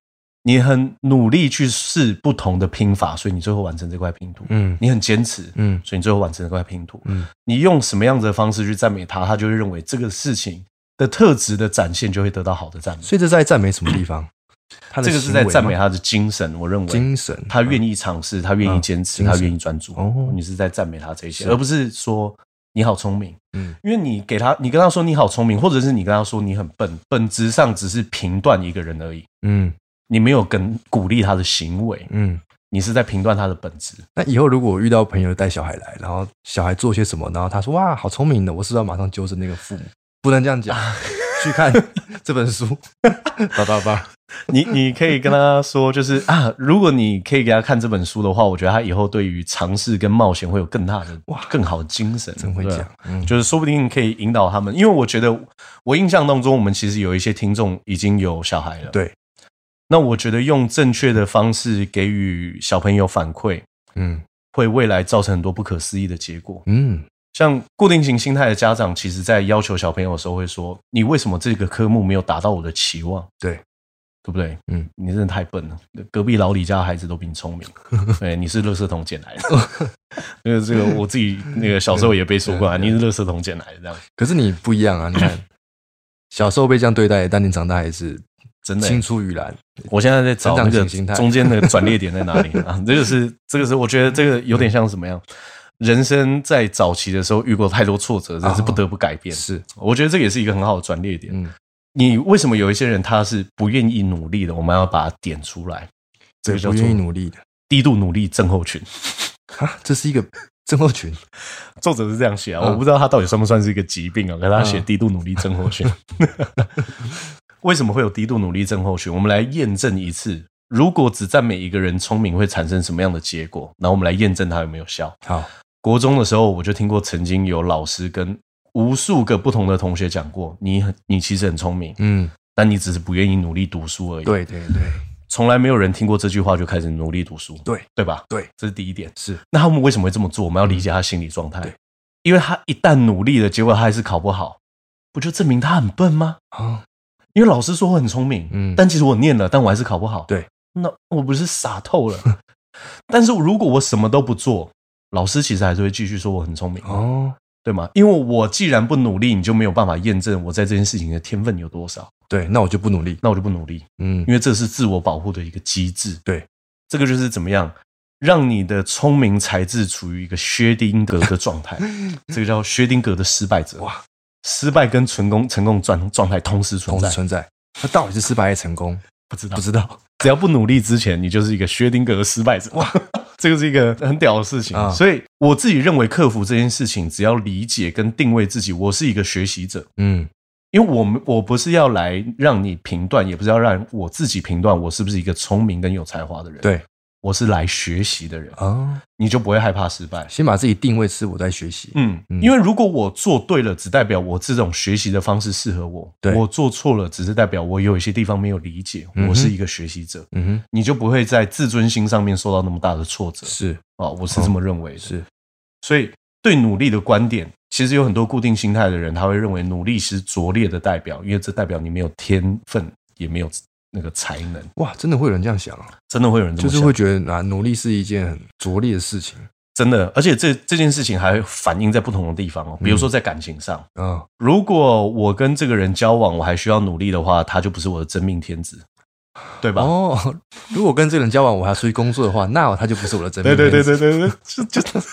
Speaker 1: 你很努力去试不同的拼法，所以你最后完成这块拼图。
Speaker 3: 嗯
Speaker 1: 你很坚持，
Speaker 3: 嗯
Speaker 1: 所以你最后完成这块拼图。
Speaker 3: 嗯
Speaker 1: 你用什么样子的方式去赞美他，他就会认为这个事情的特质的展现就会得到好的赞美。
Speaker 3: 所以这是在赞美什么地方？他的
Speaker 1: 嗯这个是在赞美
Speaker 3: 行为吗
Speaker 1: 他的精神，我认为
Speaker 3: 精神，
Speaker 1: 他愿意尝试，他愿意坚持，
Speaker 3: 嗯
Speaker 1: 他愿意专注。
Speaker 3: 哦
Speaker 1: 你是在赞美他这些，
Speaker 3: 是
Speaker 1: 而不是说你好聪明。
Speaker 3: 嗯
Speaker 1: 因为你给他，你跟他说你好聪明，或者是你跟他说你很笨，本质上只是评断一个人而已。
Speaker 3: 嗯
Speaker 1: 你没有跟鼓励他的行为，
Speaker 3: 嗯。
Speaker 1: 你是在评断他的本质。
Speaker 3: 那以后如果我遇到朋友带小孩来，然后小孩做些什么，然后他说哇好聪明的，我是不是要马上纠正那个父母？不能这 样讲。去看 这本书，叭叭叭，
Speaker 1: 你你可以跟他说，就是啊，如果你可以给他看这本书的话，我觉得他以后对于尝试跟冒险会有更大的哇
Speaker 3: 哇
Speaker 1: 更好的精神。
Speaker 3: 真会
Speaker 1: 对啊
Speaker 3: 讲。嗯
Speaker 1: 就是说不定可以引导他们，因为我觉得我印象当中，我们其实有一些听众已经有小孩了。
Speaker 3: 对，
Speaker 1: 那我觉得用正确的方式给予小朋友反馈，
Speaker 3: 嗯
Speaker 1: 会未来造成很多不可思议的结果。
Speaker 3: 嗯
Speaker 1: 像固定型心态的家长，其实在要求小朋友的时候会说：“你为什么这个科目没有达到我的期望？”
Speaker 3: 对
Speaker 1: 对不对？
Speaker 3: 嗯，
Speaker 1: 你真的太笨了。隔壁老李家的孩子都比你聪 明，对，你是垃圾桶捡来的。 因为这个我自己那个小时候也被说过啊，你是垃圾桶捡来的这样。
Speaker 3: 可是你不一样啊！你看，小时候被这样对待，但你长大也是
Speaker 1: 真的欸
Speaker 3: 青出于蓝。
Speaker 1: 我现在在找那
Speaker 3: 成
Speaker 1: 个
Speaker 3: 长型心态
Speaker 1: 中间那个转捩点在哪里啊？这个是这个是，我觉得这个有点像怎么样？人生在早期的时候遇过太多挫折，真是不得不改变。
Speaker 3: 是，
Speaker 1: 我觉得这个也是一个很好的转捩点。
Speaker 3: 嗯，
Speaker 1: 你为什么有一些人他是不愿意努力的？我们要把它点出来。这
Speaker 3: 对
Speaker 1: 个，叫
Speaker 3: 不
Speaker 1: 做
Speaker 3: 愿意努力的
Speaker 1: 低度努力症候群，
Speaker 3: 啊，这是一个症候群。
Speaker 1: 作者是这样写啊，
Speaker 3: 嗯
Speaker 1: 我不知道他到底算不算是一个疾病啊，可是他写
Speaker 3: 嗯
Speaker 1: 低度努力症候群。 为什么会有低度努力症候群？我们来验证一次，如果只赞美一个人聪明，会产生什么样的结果？然后我们来验证他有没有效。
Speaker 3: 好，
Speaker 1: 国中的时候，我就听过曾经有老师跟无数个不同的同学讲过，你很你其实很聪明，
Speaker 3: 嗯，
Speaker 1: 但你只是不愿意努力读书而已。，
Speaker 3: 对对对，
Speaker 1: 从来没有人听过这句话就开始努力读书，
Speaker 3: 对
Speaker 1: 对吧？
Speaker 3: 对，
Speaker 1: 这是第一点。
Speaker 3: 是，
Speaker 1: 那他们为什么会这么做？我们要理解他心理状态。
Speaker 3: 对
Speaker 1: 因为他一旦努力了，结果他还是考不好，不就证明他很笨吗？
Speaker 3: 啊，
Speaker 1: 因为老师说我很聪明，
Speaker 3: 嗯
Speaker 1: 但其实我念了，但我还是考不好。
Speaker 3: 对，
Speaker 1: 那我不是傻透了？ 但是如果我什么都不做，老师其实还是会继续说我很聪明，
Speaker 3: 哦，
Speaker 1: 对吗？因为我既然不努力，你就没有办法验证我在这件事情的天分有多少，
Speaker 3: 对，那我就不努力。
Speaker 1: 那我就不努力。
Speaker 3: 嗯
Speaker 1: 因为这是自我保护的一个机制。
Speaker 3: 对，
Speaker 1: 这个就是怎么样让你的聪明才智处于一个薛定谔的状 态，这个叫薛定谔的失败者。
Speaker 3: 哇，
Speaker 1: 失败跟成功成功状状态同时存
Speaker 3: 同时
Speaker 1: 在，啊
Speaker 3: 存在，那到底是失败还是成功？
Speaker 1: 不知道
Speaker 3: 不知道。
Speaker 1: 只要不努力之前，你就是一个薛定谔的失败者。哇，这个是一个很屌的事情。
Speaker 3: 啊
Speaker 1: 所以我自己认为，克服这件事情，只要理解跟定位自己，我是一个学习者。
Speaker 3: 嗯
Speaker 1: 因为我们我不是要来让你评断，也不是要让我自己评断我是不是一个聪明跟有才华的人。
Speaker 3: 对，
Speaker 1: 我是来学习的人，
Speaker 3: 啊，
Speaker 1: 你就不会害怕失败。
Speaker 3: 先把自己定位是我在学习。
Speaker 1: 嗯，
Speaker 3: 嗯
Speaker 1: 因为如果我做对了，只代表我这种学习的方式适合我；
Speaker 3: 对
Speaker 1: 我做错了，只是代表我有一些地方没有理解，
Speaker 3: 嗯哼
Speaker 1: 我是一个学习者，
Speaker 3: 嗯
Speaker 1: 你就不会在自尊心上面受到那么大的挫折
Speaker 3: 哼，是
Speaker 1: 啊！我是这么认为的。
Speaker 3: 是，
Speaker 1: 所以对努力的观点，其实有很多固定心态的人，他会认为努力是拙劣的代表，因为这代表你没有天分，也没有那个才能。
Speaker 3: 哇，真的会有人这样想啊，
Speaker 1: 真的会有人这
Speaker 3: 就
Speaker 1: 么
Speaker 3: 是
Speaker 1: 想，
Speaker 3: 会觉得啊，努力是一件很拙劣的事情
Speaker 1: 真的，而且这这件事情还反映在不同的地方哦，比如说在感情上。
Speaker 3: 啊。
Speaker 1: 如果我跟这个人交往，我还需要努力的话，他就不是我的真命天子。对吧？
Speaker 3: 哦，如果跟这个人交往，我还要出去工作的话，那他就不是我的真命
Speaker 1: 对对对
Speaker 3: 天子。
Speaker 1: 对对对，就就。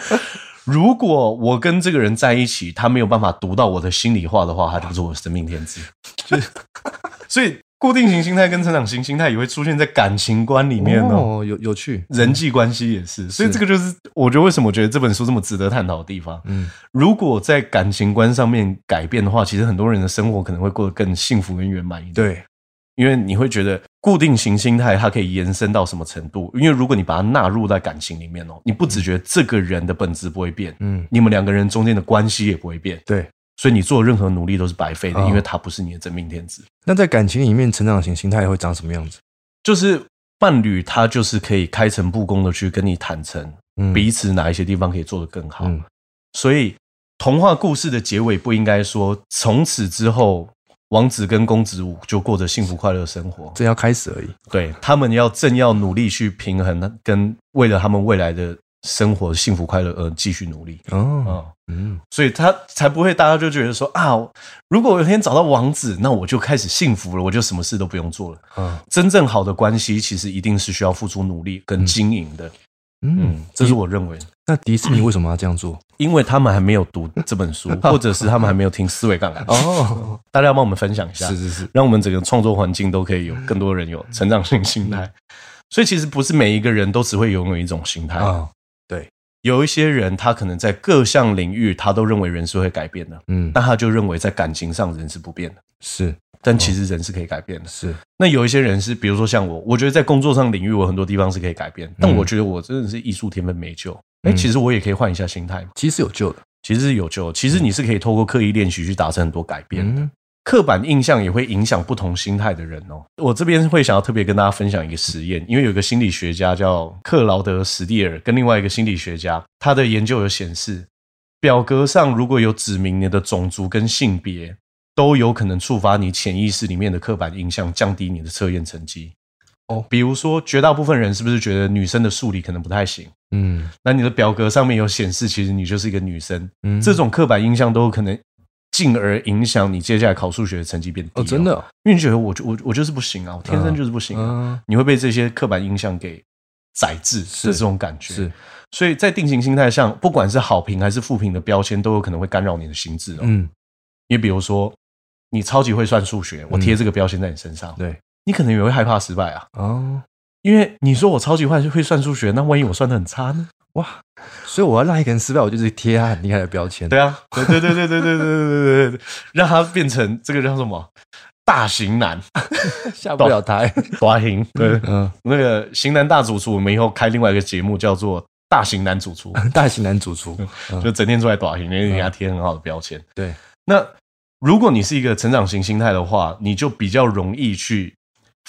Speaker 1: 如果我跟这个人在一起，他没有办法读到我的心里话的话，他就是我的生命天资。 所以，固定型心态跟成长型心态也会出现在感情观里面哦，
Speaker 3: 哦，有有趣，
Speaker 1: 人际关系也是。所以，
Speaker 3: 是
Speaker 1: 这个就是我觉得为什么我觉得这本书这么值得探讨的地方。
Speaker 3: 嗯，
Speaker 1: 如果在感情观上面改变的话，其实很多人的生活可能会过得更幸福跟圆满一点。
Speaker 3: 对，
Speaker 1: 因为你会觉得固定型心态它可以延伸到什么程度？因为如果你把它纳入在感情里面哦，你不只觉得这个人的本质不会变，
Speaker 3: 嗯，
Speaker 1: 你们两个人中间的关系也不会变，
Speaker 3: 对。
Speaker 1: 所以你做任何努力都是白费的，
Speaker 3: 哦
Speaker 1: 因为它不是你的真命天子。
Speaker 3: 那在感情里面，成长型心态会长什么样子？
Speaker 1: 就是伴侣，他就是可以开诚布公的去跟你坦诚
Speaker 3: 嗯，
Speaker 1: 彼此哪一些地方可以做得更好。
Speaker 3: 嗯
Speaker 1: 所以童话故事的结尾不应该说从此之后。王子跟公主就过着幸福快乐的生活，
Speaker 3: 这要开始而已。
Speaker 1: 对他们要正要努力去平衡，跟为了他们未来的生活幸福快乐而继续努力啊、
Speaker 3: 哦，
Speaker 1: 嗯
Speaker 3: 嗯，
Speaker 1: 所以他才不会大家就觉得说啊，如果有一天找到王子，那我就开始幸福了，我就什么事都不用做了。
Speaker 3: 啊，
Speaker 1: 真正好的关系其实一定是需要付出努力跟经营的，嗯
Speaker 3: 嗯，，
Speaker 1: 这
Speaker 3: 这
Speaker 1: 是
Speaker 3: 是
Speaker 1: 我认为的。
Speaker 3: 那迪士尼为什么要这样做？
Speaker 1: 因为他们还没有读这本 书，或者是他们还没有听思维杠杆，
Speaker 3: 哦，
Speaker 1: 大家要帮我们分享一下。
Speaker 3: 是嗯是是，
Speaker 1: 让我们整个创作环境都可以有更多人有成长性心态。所以其实不是每一个人都只会拥有一种心态，
Speaker 3: 啊，
Speaker 1: 有一些人他可能在各项领域他都认为人是会改变的，
Speaker 3: 嗯，
Speaker 1: 那他就认为在感情上人是不变的。
Speaker 3: 是
Speaker 1: 但其实人是可以改变的。
Speaker 3: 是，
Speaker 1: 那有一些人是，比如说像我，我觉得在工作上领域，我很多地方是可以改变，但我觉得我真的是艺术天分没救。哎、
Speaker 3: 嗯
Speaker 1: 其实我也可以换一下心态嘛，
Speaker 3: 其实有救的。
Speaker 1: 其实是有救。其实你是可以透过刻意练习去达成很多改变的。
Speaker 3: 嗯
Speaker 1: 刻板印象也会影响不同心态的人哦。我这边会想要特别跟大家分享一个实验，因为有一个心理学家叫克劳德·史蒂尔，跟另外一个心理学家，他的研究有显示，表格上如果有指明你的种族跟性别，都有可能触发你潜意识里面的刻板印象，降低你的测验成绩。
Speaker 3: 哦
Speaker 1: 比如说，绝大部分人是不是觉得女生的数理可能不太行？
Speaker 3: 嗯
Speaker 1: 那你的表格上面有显示，其实你就是一个女生，
Speaker 3: 嗯
Speaker 1: 这种刻板印象都有可能进而影响你接下来考数学的成绩变低、
Speaker 3: 哦，真，的哦，
Speaker 1: 因为你觉得我就我我就是不行啊，我天生就是不行啊，
Speaker 3: 嗯，
Speaker 1: 你会被这些刻板印象给宰制的
Speaker 3: 是
Speaker 1: 这种感觉。
Speaker 3: 是，，
Speaker 1: 所以在定型心态上，不管是好评还是负评的标签，都有可能会干扰你的心智哦。
Speaker 3: 嗯，
Speaker 1: 你比如说，你超级会算数学，我贴这个标签在你身上，
Speaker 3: 嗯对，
Speaker 1: 你可能也会害怕失败啊，
Speaker 3: 哦，
Speaker 1: 因为你说我超级会会算数学，那万一我算的很差呢？
Speaker 3: 哇，所以我要让一个人失败，我就是贴他很厉害的标签。
Speaker 1: 对啊，对对对对对对对对对对，让他变成这个叫什么大型男，
Speaker 3: 下不了台。
Speaker 1: 大型 对
Speaker 3: 嗯，
Speaker 1: 那个型男大主厨，我们以后开另外一个节目叫做大型男主厨，
Speaker 3: 大型男主厨，
Speaker 1: 就整天出来打型，因为人家贴很好的标签。
Speaker 3: 对，
Speaker 1: 那如果你是一个成长型心态的话，你就比较容易去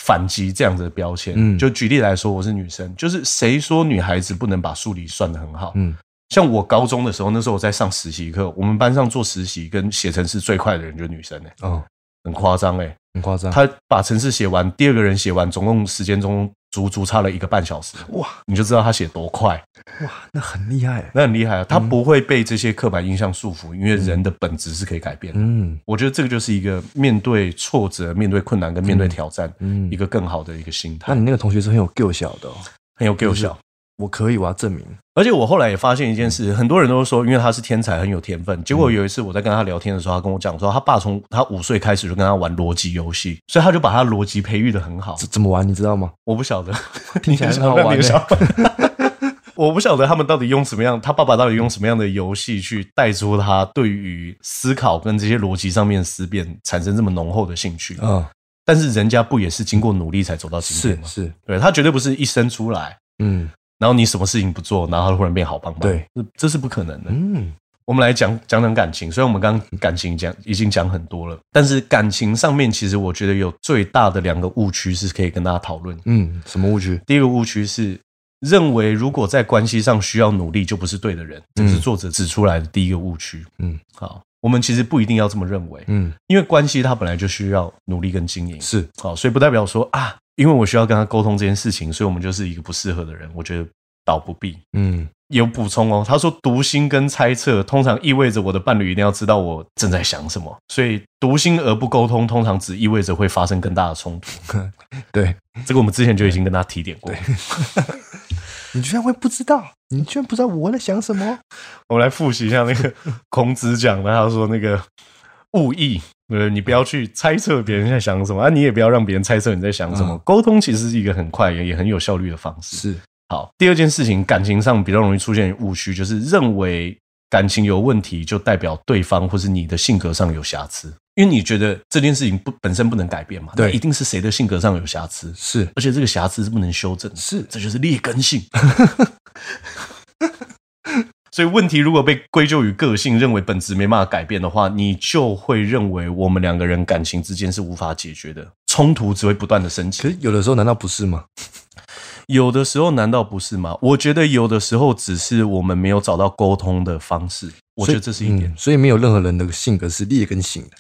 Speaker 1: 反击这样子的标签。
Speaker 3: 嗯
Speaker 1: 就举例来说，我是女生，就是谁说女孩子不能把数理算得很好？
Speaker 3: 嗯，
Speaker 1: 像我高中的时候，那时候我在上实习课，我们班上做实习跟写程式最快的人就是女生哎、
Speaker 3: 哦，
Speaker 1: 很夸张哎，
Speaker 3: 很夸张。
Speaker 1: 她把程式写完，第二个人写完，总共时间中足足差了一个半小时，
Speaker 3: 哇
Speaker 1: 你就知道她写多快，
Speaker 3: 哇，那很厉害。
Speaker 1: 那很厉害啊！她不会被这些刻板印象束缚，因为人的本质是可以改变的。
Speaker 3: 嗯
Speaker 1: 我觉得这个就是一个面对挫折、面对困难跟面对挑战，
Speaker 3: 嗯
Speaker 1: 一，个更好的一个心态
Speaker 3: 那，你那个同学是很有 g 小的哦。
Speaker 1: 很有 g
Speaker 3: 就是嗯
Speaker 1: 效。
Speaker 3: 我可以，我要证明。
Speaker 1: 而且我后来也发现一件事，很多人都说，因为他是天才，很有天分。结果有一次我在跟他聊天的时候，他跟我讲说，他爸从他五岁开始就跟他玩逻辑游戏，所以他就把他逻辑培育的很好
Speaker 3: 怎。怎么玩，你知道吗？
Speaker 1: 我不晓得，
Speaker 3: 听起来
Speaker 1: 你
Speaker 3: 很好玩
Speaker 1: 想
Speaker 3: 欸
Speaker 1: 让你有小孩 我不晓得他们到底用什么样，他爸爸到底用什么样的游戏去带出他对于思考跟这些逻辑上面的思辨产生这么浓厚的兴趣。
Speaker 3: 嗯，
Speaker 1: 但是人家不也是经过努力才走到今天
Speaker 3: 是
Speaker 1: 吗？
Speaker 3: 是，
Speaker 1: 对他绝对不是一生出来，
Speaker 3: 嗯
Speaker 1: 然后你什么事情不做，然后他忽然变好棒棒。
Speaker 3: 对
Speaker 1: 这，这是不可能的。
Speaker 3: 嗯
Speaker 1: 我们来讲讲讲感情，虽然我们刚刚感情讲已经讲很多了，但是感情上面其实我觉得有最大的两个误区是可以跟大家讨论。
Speaker 3: 嗯，什么误区？
Speaker 1: 第一个误区是认为如果在关系上需要努力，就不是对的人，这是作者指出来的第一个误区。
Speaker 3: 嗯，
Speaker 1: 好，我们其实不一定要这么认为，
Speaker 3: 嗯，
Speaker 1: 因为关系它本来就需要努力跟经营。
Speaker 3: 是
Speaker 1: 好，所以不代表说啊，因为我需要跟他沟通这件事情，所以我们就是一个不适合的人。我觉得导不必。
Speaker 3: 嗯，
Speaker 1: 有补充哦，他说读心跟猜测通常意味着我的伴侣一定要知道我正在想什么，所以读心而不沟通，通常只意味着会发生更大的冲突。
Speaker 3: 对，
Speaker 1: 这个我们之前就已经跟他提点过。
Speaker 3: 你居然会不知道，你居然不知道我在想什么？
Speaker 1: 我们来复习一下那 个孔子讲的，他说那个物意，呃，你不要去猜测别人在想什么，啊，你也不要让别人猜测你在想什么。
Speaker 3: 嗯
Speaker 1: 沟通其实是一个很快也也很有效率的方式。
Speaker 3: 是，
Speaker 1: 好，第二件事情，感情上比较容易出现误区，就是认为感情有问题就代表对方或是你的性格上有瑕疵，因为你觉得这件事情不本身不能改变嘛，
Speaker 3: 对
Speaker 1: 那一定是谁的性格上有瑕疵，
Speaker 3: 是，
Speaker 1: 而且这个瑕疵是不能修正的，
Speaker 3: 是，
Speaker 1: 这就是劣根性。 所以问题如果被归咎于个性，认为本质没办法改变的话，你就会认为我们两个人感情之间是无法解决的，冲突只会不断的升级
Speaker 3: 可。是有的时候难道不是吗？
Speaker 1: 有的时候难道不是吗？我觉得有的时候只是我们没有找到沟通的方式，我觉得这是一点
Speaker 3: 嗯，所以没有任何人的性格是劣根性的。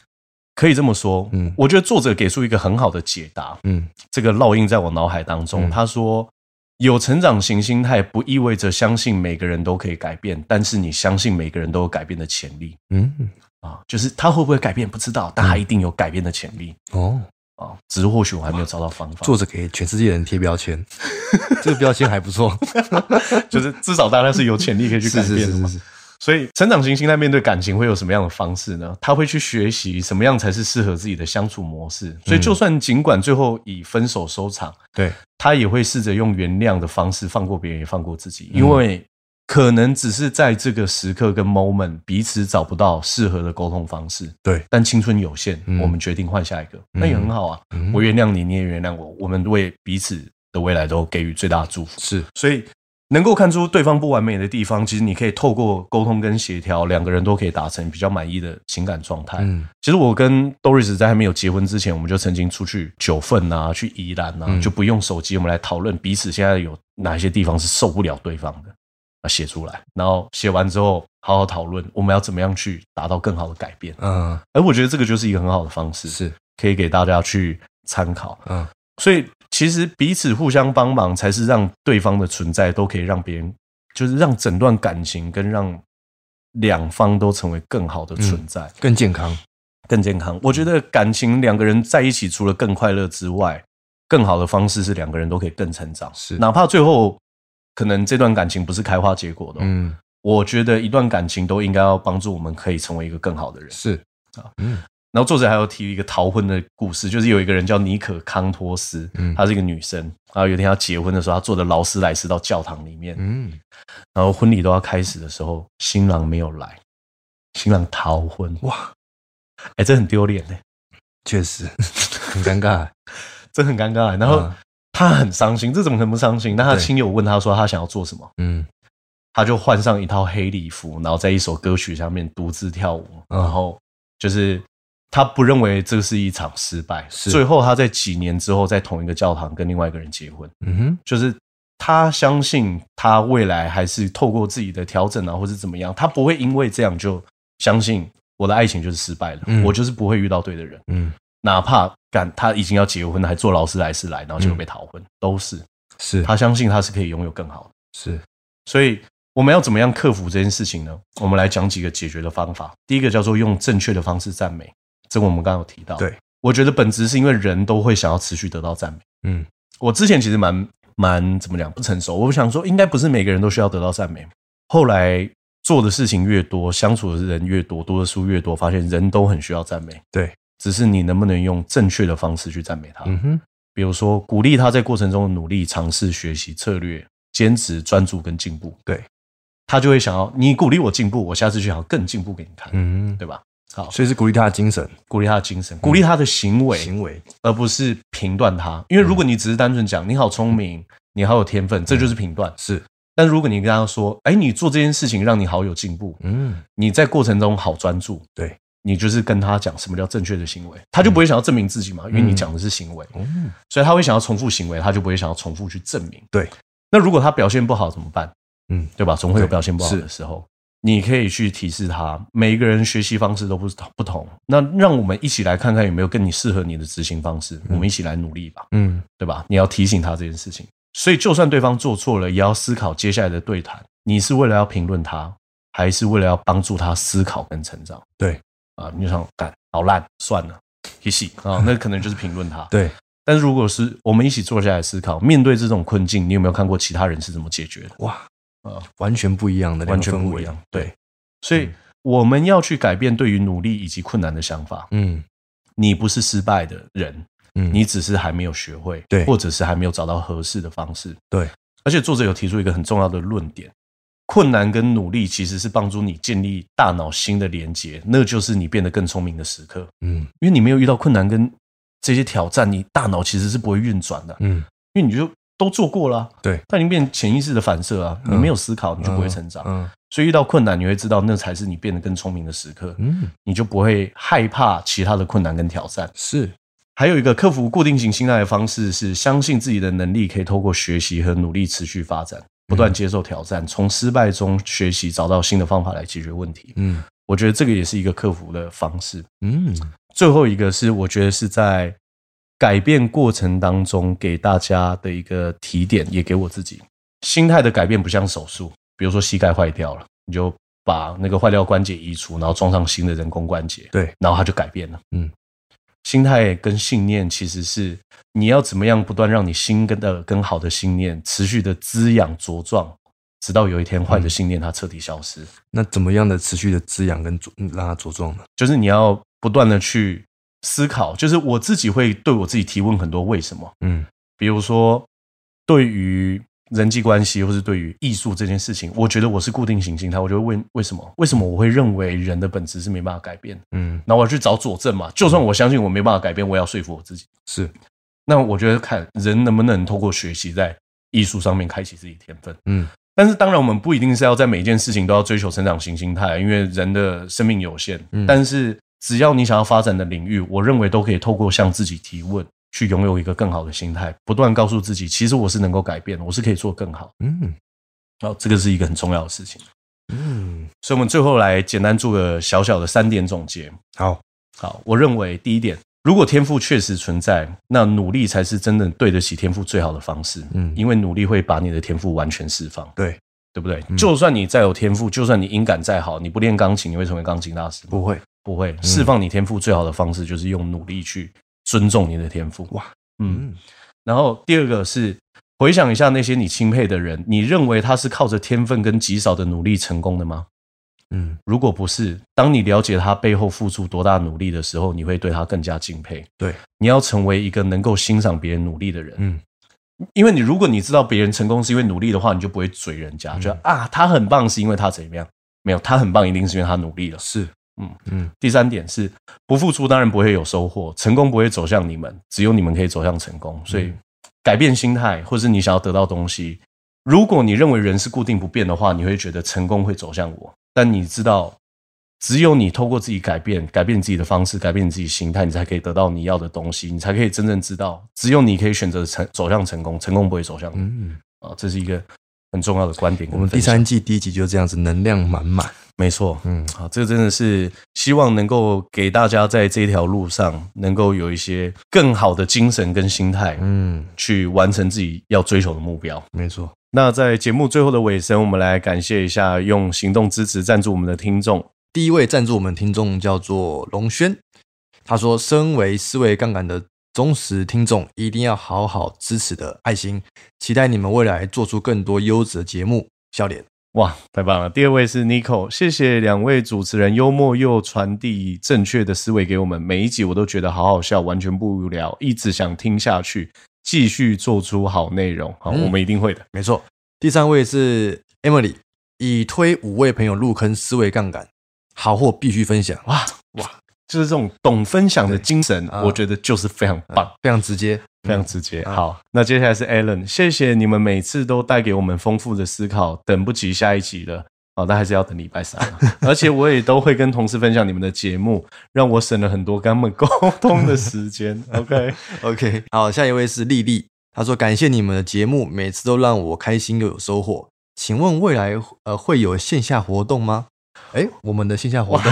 Speaker 1: 可以这么说。
Speaker 3: 嗯
Speaker 1: 我觉得作者给出一个很好的解答，
Speaker 3: 嗯，
Speaker 1: 这个烙印在我脑海当中。
Speaker 3: 嗯
Speaker 1: 他说，有成长型心态不意味着相信每个人都可以改变，但是你相信每个人都有改变的潜力
Speaker 3: 嗯，
Speaker 1: 啊，就是他会不会改变不知道，但他一定有改变的潜力
Speaker 3: 哦，
Speaker 1: 啊，只是或许我还没有找到方法。
Speaker 3: 作者给全世界人贴标签， 这个标签还不 错，
Speaker 1: 就是至少大家是有潜力可以去
Speaker 3: 是
Speaker 1: 改
Speaker 3: 是
Speaker 1: 变的
Speaker 3: 是
Speaker 1: 嘛。
Speaker 3: 是是，
Speaker 1: 所以，成长型心态面对感情会有什么样的方式呢？他会去学习什么样才是适合自己的相处模式。所以，就算尽管最后以分手收场，
Speaker 3: 对，
Speaker 1: 他也会试着用原谅的方式放过别人，也放过自己，因为可能只是在这个时刻跟 moment 彼此找不到适合的沟通方式。
Speaker 3: 对，
Speaker 1: 但青春有限，
Speaker 3: 嗯
Speaker 1: 我们决定换下一个，那也很好啊。
Speaker 3: 嗯
Speaker 1: 我原谅你，你也原谅我，我们为彼此的未来都给予最大的祝福。
Speaker 3: 是
Speaker 1: 所以能够看出对方不完美的地方，其实你可以透过沟通跟协调，两个人都可以达成比较满意的情感状态。
Speaker 3: 嗯
Speaker 1: 其实我跟 Doris 在还没有结婚之前，我们就曾经出去九份啊，去宜兰啊，
Speaker 3: 嗯
Speaker 1: 就不用手机，我们来讨论彼此现在有哪些地方是受不了对方的，啊，写出来，然后写完之后好好讨论，我们要怎么样去达到更好的改变。啊
Speaker 3: 嗯
Speaker 1: 而我觉得这个就是一个很好的方式，
Speaker 3: 是
Speaker 1: 可以给大家去参考。
Speaker 3: 嗯
Speaker 1: 所以其实彼此互相帮忙，才是让对方的存在都可以让别人，就是让整段感情跟让两方都成为更好的
Speaker 3: 嗯
Speaker 1: 存在、
Speaker 3: 更健康，
Speaker 1: 更健康。我觉得感情两个人在一起，除了更快乐之外，更好的方式是两个人都可以更成长，
Speaker 3: 是
Speaker 1: 哪怕最后可能这段感情不是开花结果的哦、
Speaker 3: 嗯
Speaker 1: 我觉得一段感情都应该要帮助我们可以成为一个更好的人。
Speaker 3: 是
Speaker 1: 啊
Speaker 3: 嗯
Speaker 1: 然后作者还有提一个逃婚的故事，就是有一个人叫尼可康托斯，
Speaker 3: 嗯
Speaker 1: 她是一个女生。然后有一天要结婚的时候，她坐着劳斯莱斯到教堂里面，
Speaker 3: 嗯
Speaker 1: 然后婚礼都要开始的时候，新郎没有来，新郎逃婚，
Speaker 3: 哇，
Speaker 1: 哎，这很丢脸哎、
Speaker 3: 确实 很尴尬，
Speaker 1: 这很尴尬、然
Speaker 3: 嗯
Speaker 1: 后她很伤心，这怎么可能不伤心？那她
Speaker 3: 对
Speaker 1: 亲友问她说她想要做什么，
Speaker 3: 嗯
Speaker 1: 她就换上一套黑礼服，然后在一首歌曲上面独自跳舞，
Speaker 3: 嗯
Speaker 1: 然后就是。她不认为这是一场失败，
Speaker 3: 是
Speaker 1: 最后她在几年之后在同一个教堂跟另外一个人结婚，
Speaker 3: 嗯哼
Speaker 1: 就是他相信他未来还是透过自己的调整啊，或是怎么样，他不会因为这样就相信我的爱情就是失败了，
Speaker 3: 嗯
Speaker 1: 我就是不会遇到对的人，
Speaker 3: 嗯
Speaker 1: 哪怕干他已经要结婚了，还坐劳斯莱斯来，然后
Speaker 3: 嗯
Speaker 1: 结果被逃婚，都是
Speaker 3: 是
Speaker 1: 他相信他是可以拥有更好的，
Speaker 3: 是
Speaker 1: 所以。我们要怎么样克服这件事情呢？我们来讲几个解决的方法。第一个叫做用正确的方式赞美，这个我们刚刚有提到。
Speaker 3: 对，
Speaker 1: 我觉得本质是因为人都会想要持续得到赞美。
Speaker 3: 嗯
Speaker 1: 我之前其实蛮蛮怎么讲不成熟，我想说应该不是每个人都需要得到赞美。后来做的事情越多，相处的人越多，读的书越多，发现人都很需要赞美。
Speaker 3: 对，
Speaker 1: 只是你能不能用正确的方式去赞美他，
Speaker 3: 嗯哼
Speaker 1: 比如说鼓励他在过程中的努力、尝试、学习策略、坚持、专注跟进步。
Speaker 3: 对，
Speaker 1: 他就会想要你鼓励我进步，我下次就想要更进步给你看，
Speaker 3: 嗯
Speaker 1: 对吧？好，
Speaker 3: 所以是鼓励他的精神
Speaker 1: 鼓励他的精神，鼓励他的行为，
Speaker 3: 行为，
Speaker 1: 而不是评断他。因为如果你只是单纯讲你好聪明，你好有天分，这就是评断。
Speaker 3: 是
Speaker 1: 但如果你跟他说，哎，你做这件事情让你好有进步，
Speaker 3: 嗯
Speaker 1: 你在过程中好专注，
Speaker 3: 对
Speaker 1: 你就是跟他讲什么叫正确的行为，他就不会想要证明自己嘛，因为你讲的是行为，
Speaker 3: 嗯
Speaker 1: 所以他会想要重复行为，他就不会想要重复去证明。
Speaker 3: 对，
Speaker 1: 那如果他表现不好怎么办？
Speaker 3: 嗯
Speaker 1: 对吧？总会有
Speaker 3: 对
Speaker 1: 表现不好
Speaker 3: 是
Speaker 1: 的时候。你可以去提示他，每一个人学习方式都不是不同。那让我们一起来看看有没有更你适合你的执行方式，我们一起来努力吧。
Speaker 3: 嗯
Speaker 1: 对吧？你要提醒他这件事情。所以，就算对方做错了，也要思考接下来的对谈，你是为了要评论他，还是为了要帮助他思考跟成长？
Speaker 3: 对
Speaker 1: 啊，你就想干好烂，算了， 一起啊，那可能就是评论他。
Speaker 3: 对，
Speaker 1: 但是如果是我们一起坐下来思考，面对这种困境，你有没有看过其他人是怎么解决的？
Speaker 3: 哇
Speaker 1: 啊，
Speaker 3: 完全不一样的，
Speaker 1: 完全不一样。
Speaker 3: 对
Speaker 1: 对，，所以
Speaker 3: 嗯
Speaker 1: 我们要去改变对于努力以及困难的想法。
Speaker 3: 嗯
Speaker 1: 你不是失败的人，
Speaker 3: 嗯，
Speaker 1: 你只是还没有学会，
Speaker 3: 对
Speaker 1: 或者是还没有找到合适的方式，
Speaker 3: 对。
Speaker 1: 而且作者有提出一个很重要的论点：困难跟努力其实是帮助你建立大脑新的连接，那就是你变得更聪明的时刻。
Speaker 3: 嗯
Speaker 1: 因为你没有遇到困难跟这些挑战，你大脑其实是不会运转的，
Speaker 3: 嗯，
Speaker 1: 因为你就都做过了啊、
Speaker 3: 对
Speaker 1: 它已经变成潜意识的反射啊，你
Speaker 3: 嗯
Speaker 1: 没有思考，你就不会成长。
Speaker 3: 嗯
Speaker 1: 所以遇到困难，你会知道那才是你变得更聪明的时刻，
Speaker 3: 嗯，
Speaker 1: 你就不会害怕其他的困难跟挑战。
Speaker 3: 是
Speaker 1: 还有一个克服固定型心态的方式是相信自己的能力可以透过学习和努力持续发展，不
Speaker 3: 嗯
Speaker 1: 断接受挑战，从失败中学习，找到新的方法来解决问题。
Speaker 3: 嗯
Speaker 1: 我觉得这个也是一个克服的方式。
Speaker 3: 嗯
Speaker 1: 最后一个是我觉得是在改变过程当中给大家的一个提点，也给我自己心态的改变不像手术，比如说膝盖坏掉了，你就把那个坏掉关节移除，然后装上新的人工关节，
Speaker 3: 对，
Speaker 1: 然后它就改变了。
Speaker 3: 嗯，
Speaker 1: 心态跟信念其实是你要怎么样不断让你新跟的更好的信念持续的滋养茁壮，直到有一天坏的信念它彻底消失。
Speaker 3: 那怎么样的持续的滋养跟茁让它茁壮呢？
Speaker 1: 就是你要不断的去思考，就是我自己会对我自己提问很多为什么，
Speaker 3: 嗯
Speaker 1: 比如说对于人际关系或是对于艺术这件事情，我觉得我是固定型心态，我就会问为什么？为什么我会认为人的本质是没办法改变的？
Speaker 3: 嗯
Speaker 1: 那我要去找佐证嘛。就算我相信我没办法改变，我也要说服我自己。
Speaker 3: 是
Speaker 1: 那我觉得看人能不能透过学习在艺术上面开启自己天分。
Speaker 3: 嗯
Speaker 1: 但是当然，我们不一定是要在每一件事情都要追求成长型心态，因为人的生命有限。
Speaker 3: 嗯
Speaker 1: 但是只要你想要发展的领域，我认为都可以透过向自己提问，去拥有一个更好的心态，不断告诉自己，其实我是能够改变的，我是可以做更好。
Speaker 3: 嗯
Speaker 1: 然后这个是一个很重要的事情。
Speaker 3: 嗯
Speaker 1: 所以，我们最后来简单做个小小的三点总结。
Speaker 3: 好
Speaker 1: 好，我认为第一点，如果天赋确实存在，那努力才是真的对得起天赋最好的方式。
Speaker 3: 嗯
Speaker 1: 因为努力会把你的天赋完全释放。
Speaker 3: 对嗯
Speaker 1: 对不对？就算你再有天赋，就算你音感再好，你不练钢琴，你会成为钢琴大师吗？
Speaker 3: 不会
Speaker 1: 不会，
Speaker 3: 嗯
Speaker 1: 释放你天赋最好的方式就是用努力去尊重你的天赋。
Speaker 3: 哇，
Speaker 1: 嗯。
Speaker 3: 嗯
Speaker 1: 然后第二个是回想一下那些你钦佩的人，你认为他是靠着天分跟极少的努力成功的吗？
Speaker 3: 嗯
Speaker 1: 如果不是，当你了解他背后付出多大努力的时候，你会对他更加敬佩。
Speaker 3: 对
Speaker 1: 你要成为一个能够欣赏别人努力的人。
Speaker 3: 嗯
Speaker 1: 因为你如果你知道别人成功是因为努力的话，你就不会嘴人家，
Speaker 3: 嗯
Speaker 1: 就啊他很棒是因为他怎么样？没有，他很棒一定是因为他努力了。
Speaker 3: 是
Speaker 1: 嗯
Speaker 3: 嗯
Speaker 1: 第三点是不付出当然不会有收获，成功不会走向你们，只有你们可以走向成功。所以
Speaker 3: 嗯
Speaker 1: 改变心态，或是你想要得到东西，如果你认为人是固定不变的话，你会觉得成功会走向我，但你知道。只有你透过自己改变，改变自己的方式，改变你自己心态，你才可以得到你要的东西，你才可以真正知道，只有你可以选择成走向成功，成功不会走向你。
Speaker 3: 嗯。
Speaker 1: 啊，这是一个很重要的观点
Speaker 3: 我
Speaker 1: 跟
Speaker 3: 们
Speaker 1: 分享。
Speaker 3: 第三季第一集就这样子，能量满满。
Speaker 1: 没错，
Speaker 3: 嗯
Speaker 1: 啊，这个真的是希望能够给大家在这条路上能够有一些更好的精神跟心态，
Speaker 3: 嗯，
Speaker 1: 去完成自己要追求的目标。
Speaker 3: 没错。
Speaker 1: 那在节目最后的尾声，我们来感谢一下用行动支持赞助我们的听众。
Speaker 3: 第一位赞助我们听众叫做龙轩，他说：“身为思维杠杆的忠实听众，一定要好好支持的爱心，期待你们未来做出更多优质的节目。”笑脸，
Speaker 1: 哇，太棒了！第二位是 Nico，谢谢两位主持人幽默又传递正确的思维给我们。每一集我都觉得好好笑，完全不无聊，一直想听下去，继续做出好内容。好，
Speaker 3: 嗯
Speaker 1: 我们一定会的。
Speaker 3: 没错。第三位是 Emily，已推五位朋友入坑思维杠杆，好货必须分享，
Speaker 1: 哇哇，就是这种懂分享的精神，
Speaker 3: 对啊
Speaker 1: 我觉得就是非常棒。
Speaker 3: 呃非常直接。
Speaker 1: 非常直接。
Speaker 3: 啊
Speaker 1: 好，那接下来是 Alan，谢谢你们每次都带给我们丰富的思考，等不及下一集了。好，那还是要等礼拜三 啊、而且我也都会跟同事分享你们的节目，让我省了很多跟他们沟通的时 间。OK，
Speaker 3: OK，好，下一位是丽丽，她说感谢你们的节目，每次都让我开心又有收获。请问未来呃会有线下活动吗？哎，我们的线下活动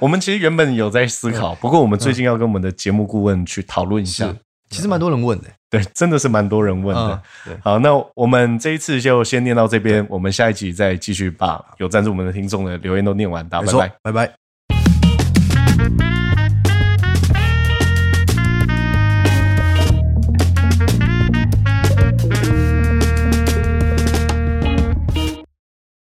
Speaker 1: 我们其实
Speaker 3: 嗯
Speaker 1: 原本有在思考，不过我们最近要跟我们的节目顾问去讨论一下
Speaker 3: 是。其实蛮多人问的，
Speaker 1: 对，真的是蛮多人问的
Speaker 3: 嗯。，对，
Speaker 1: 好，那我们这一次就先念到这边，我们下一集再继续把有赞助我们的听众的留言都念完，大家
Speaker 3: 没
Speaker 1: 拜
Speaker 3: 错
Speaker 1: 拜。，
Speaker 3: 拜拜。